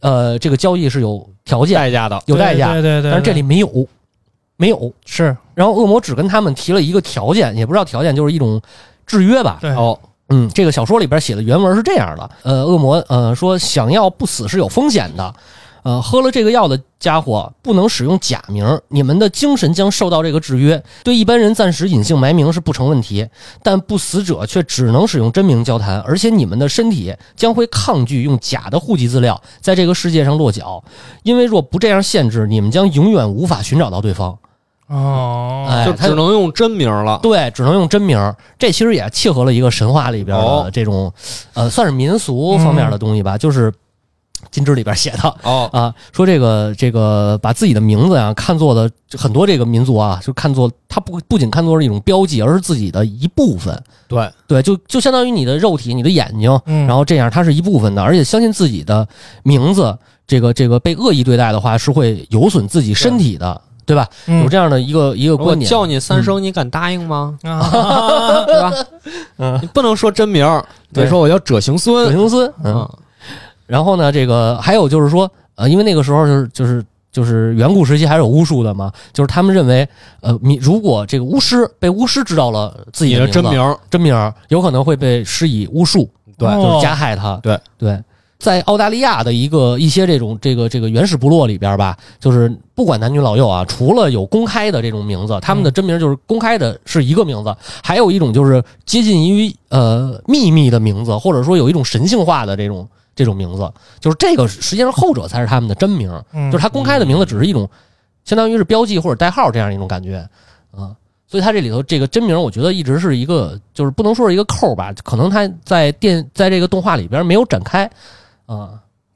S3: 呃，这个交易是有条件、
S2: 代价的，
S3: 有代价，
S4: 对对对对，
S3: 但是这里没有，没有。
S4: 是
S3: 然后恶魔只跟他们提了一个条件，也不知道条件就是一种制约吧。
S4: 对
S2: 哦，
S3: 嗯，这个小说里边写的原文是这样的，呃，恶魔呃说想要不死是有风险的，呃，喝了这个药的家伙不能使用假名，你们的精神将受到这个制约。对一般人暂时隐姓埋名是不成问题，但不死者却只能使用真名交谈，而且你们的身体将会抗拒用假的户籍资料在这个世界上落脚，因为若不这样限制，你们将永远无法寻找到对方。
S4: 哦，
S3: 哎
S2: 就
S3: 他
S2: 只能用真名了。
S3: 对，只能用真名儿。这其实也切合了一个神话里边
S2: 哦
S3: 的这种，呃，算是民俗方面的东西吧。就是金枝》里边写的
S2: 哦，
S3: 啊，说这个这个把自己的名字啊看作的很多这个民族啊，就看作它不不仅看作是一种标记，而是自己的一部分。
S1: 对
S3: 对，就就相当于你的肉体、你的眼睛，
S4: 嗯，
S3: 然后这样它是一部分的，而且相信自己的名字，这个这个被恶意对待的话，是会有损自己身体的，对吧？
S4: 嗯
S3: 有这样的一个一个
S2: 如果
S3: 观点。
S2: 叫你三声，你敢答应吗？
S3: *laughs*
S4: 啊，
S2: 对吧？
S3: 嗯，
S2: 你不能说真名儿，
S3: 对
S2: 得说我叫者行
S3: 葛
S2: 孙。
S3: 英斯，嗯，
S2: 嗯
S3: 然后呢，这个还有就是说，呃，因为那个时候就是就是。就是远古时期还是有巫术的嘛，就是他们认为，呃，你如果这个巫师被巫师知道了自己
S2: 你
S3: 的
S2: 的真
S3: 名字
S2: 名儿，
S3: 真名儿，有可能会被施以巫术，
S2: 对
S4: 哦
S3: 就是加害他。
S2: 对
S3: 对，在澳大利亚的一个一些这种这个这个原始部落里边吧，就是不管男女老幼啊，除了有公开的这种名字，他们的真名就是公开的是一个名字，还有一种就是接近于呃秘密的名字，或者说有一种神性化的这种这种名字，就是这个实际上后者才是他们的真名，
S4: 嗯
S3: 就是他公开的名字只是一种相当于是标记或者代号这样一种感觉啊。所以他这里头这个真名，我觉得一直是一个，就是不能说是一个扣儿吧，可能他在电在这个动画里边没有展开啊，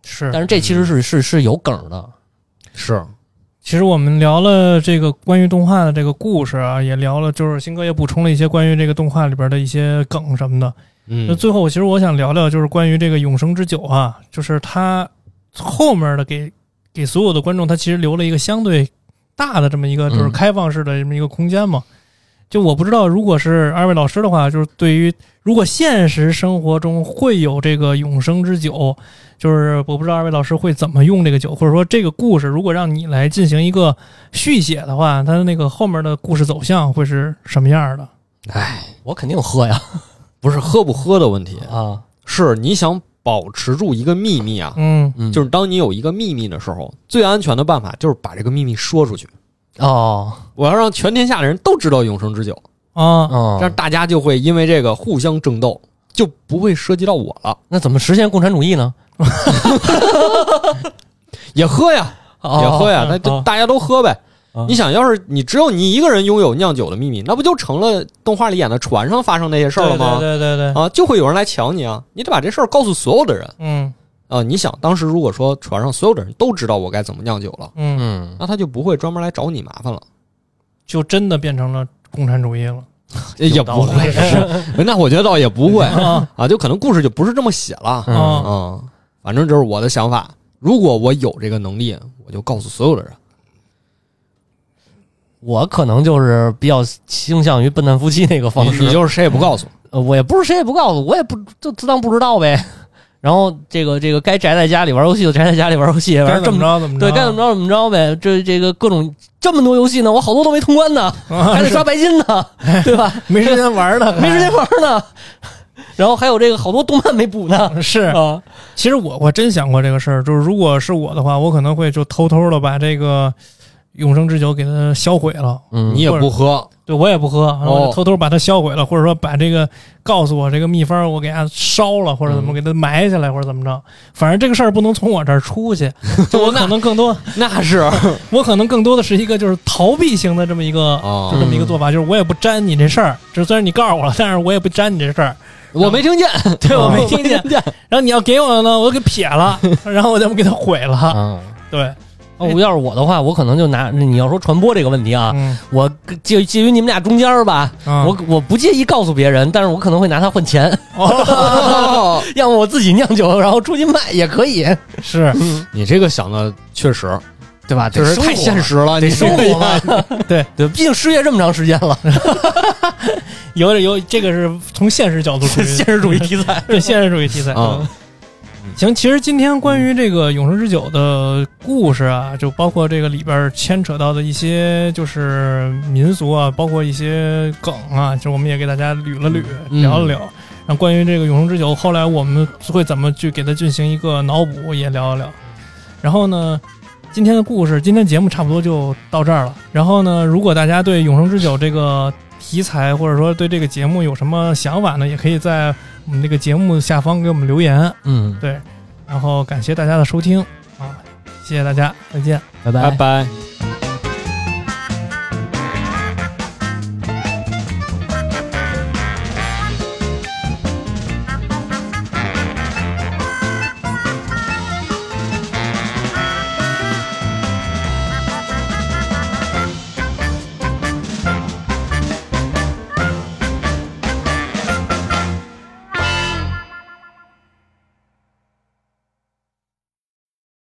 S4: 是
S3: 但。是这其实是是是有梗的，
S2: 是
S4: 其实我们聊了这个关于动画的这个故事啊，也聊了，就是新哥也补充了一些关于这个动画里边的一些梗什么的。那
S2: 嗯，
S4: 最后，其实我想聊聊就是关于这个《永生之酒》啊，就是它后面的给给所有的观众，它其实留了一个相对大的这么一个就是
S3: 嗯
S4: 开放式的这么一个空间嘛。就我不知道，如果是二位老师的话，就是对于如果现实生活中会有这个永生之酒，就是我不知道二位老师会怎么用这个酒，或者说这个故事如果让你来进行一个续写的话，它的那个后面的故事走向会是什么样的？
S2: 哎，
S3: 我肯定喝呀
S2: 不是喝不喝的问题，
S3: 啊，
S2: 是你想保持住一个秘密啊。
S4: 嗯
S3: 嗯，
S2: 就是是当你有一个秘密的时候，最安全的办法就是把这个秘密说出去。
S3: 哦
S2: 我要让全天下的人都知道永生之酒，
S4: 啊，
S3: 哦
S2: 这，样大家就会因为这个互相争斗，就不会涉及到我了。
S3: 那怎么实现共产主义呢？
S2: 也喝呀，
S3: 哦
S2: 也喝
S4: 嗯，
S2: 呀
S4: 啊
S2: 那就
S3: 哦
S2: 大家都喝呗
S3: 嗯。
S2: 你想要是你只有你一个人拥有酿酒的秘密，那不就成了动画里演的船上发生那些事儿了吗？
S4: 对对对对，
S2: 啊，就会有人来抢你啊！你得把这事儿告诉所有的人
S4: 嗯
S2: 啊！你想，当时如果说船上所有的人都知道我该怎么酿酒了，
S4: 嗯。
S3: 嗯，
S2: 那他就不会专门来找你麻烦了，
S4: 就真的变成了共产主义了。
S2: 也
S3: 道
S2: 不
S3: 理
S2: 会是。那我觉得倒也不
S4: *laughs*
S2: 会
S4: 啊
S2: 啊，就可能故事就不是这么写了。
S3: 嗯
S4: 啊
S2: 嗯，反正就是我的想法。如果我有这个能力，我就告诉所有的人。
S3: 我可能就是比较倾向于笨蛋夫妻那个方式，
S2: 你你就是谁也不告诉。
S3: 呃，我也不是谁也不告诉，我也不就自当不知道呗。然后这个这个该宅在家里玩游戏就宅在家里玩游戏，反
S4: 该
S3: 正这
S4: 怎么着怎么着，
S3: 对该怎么着怎么着呗。这这个各种这么多游戏呢，我好多都没通关呢，
S4: *laughs* 啊
S3: 还得刷白金呢，对吧？
S4: 没时间玩呢，
S3: 没时间玩呢。然后还有这个好多动漫没补呢
S4: 还。 *laughs* 是，
S3: 啊，
S4: 其实我我真想过这个事儿，就是如果是我的话，我可能会就偷偷的把这个永生之酒给它销毁了。
S3: 嗯
S2: 你也不喝，
S4: 对我也不喝，然后我
S2: 哦
S4: 就偷偷把它销毁了， *laughs* 或者说把这个告诉我这个秘方，我给它烧了，或者怎么给它埋起来，或者怎么着。反正这个事儿不能从 *laughs* 我这儿出去，就我可能更多，
S2: 那是
S4: 我可能更多的是一个就是逃避型的这么一个
S2: 啊
S4: 就这么一个做
S3: 嗯
S4: 法，就是我也不沾你这事儿，就虽然你告诉我了，但是我也不沾你这事儿。
S2: 我
S3: *laughs*
S2: 没听见，啊
S4: 对我没听
S2: 听
S4: 见。然后你要给我呢，我就给撇
S3: *laughs*
S4: 了，然后我就给它毁了。
S3: 啊，
S4: 对，
S3: 我要是我的话，我可能就拿你要说传播这个问题啊，
S4: 嗯，
S3: 我介介于你们俩中间儿吧，
S4: 啊
S3: 我我不介意告诉别人，但是我可能会拿它换钱，
S2: 哦
S3: 要么我自己酿酒，然后出去卖也可以，
S4: 是
S2: *laughs* 你这个想的确实
S3: 对吧？
S2: 确
S3: 嗯是
S2: 实太现实了，你
S3: 生活嘛，
S4: *laughs* 对
S3: 对，毕竟失业这么长时间了，
S4: 有点有这个是从现实角度出
S3: *laughs* 现实主义题材。
S4: 对现实主义题材。
S2: 啊，
S4: 行，其实今天关于这个《永生之酒》的故事啊，就包括这个里边儿牵扯到的一些就是民俗啊，包括一些梗啊，就我们也给大家捋了捋，
S2: 嗯
S4: 聊了聊。然后关于这个《永生之酒》，后来我们会怎么去给它进行一个脑补，也聊一聊。然后呢，今天的故事，今天节目差不多就到这儿了。然后呢，如果大家对《永生之酒》这个题材，或者说对这个节目有什么想法呢，也可以在我们这个节目下方给我们留言。
S3: 嗯，
S4: 然后感谢大家的收听啊，谢谢大家，再见。
S3: 拜
S2: 拜
S3: 拜。
S2: 拜。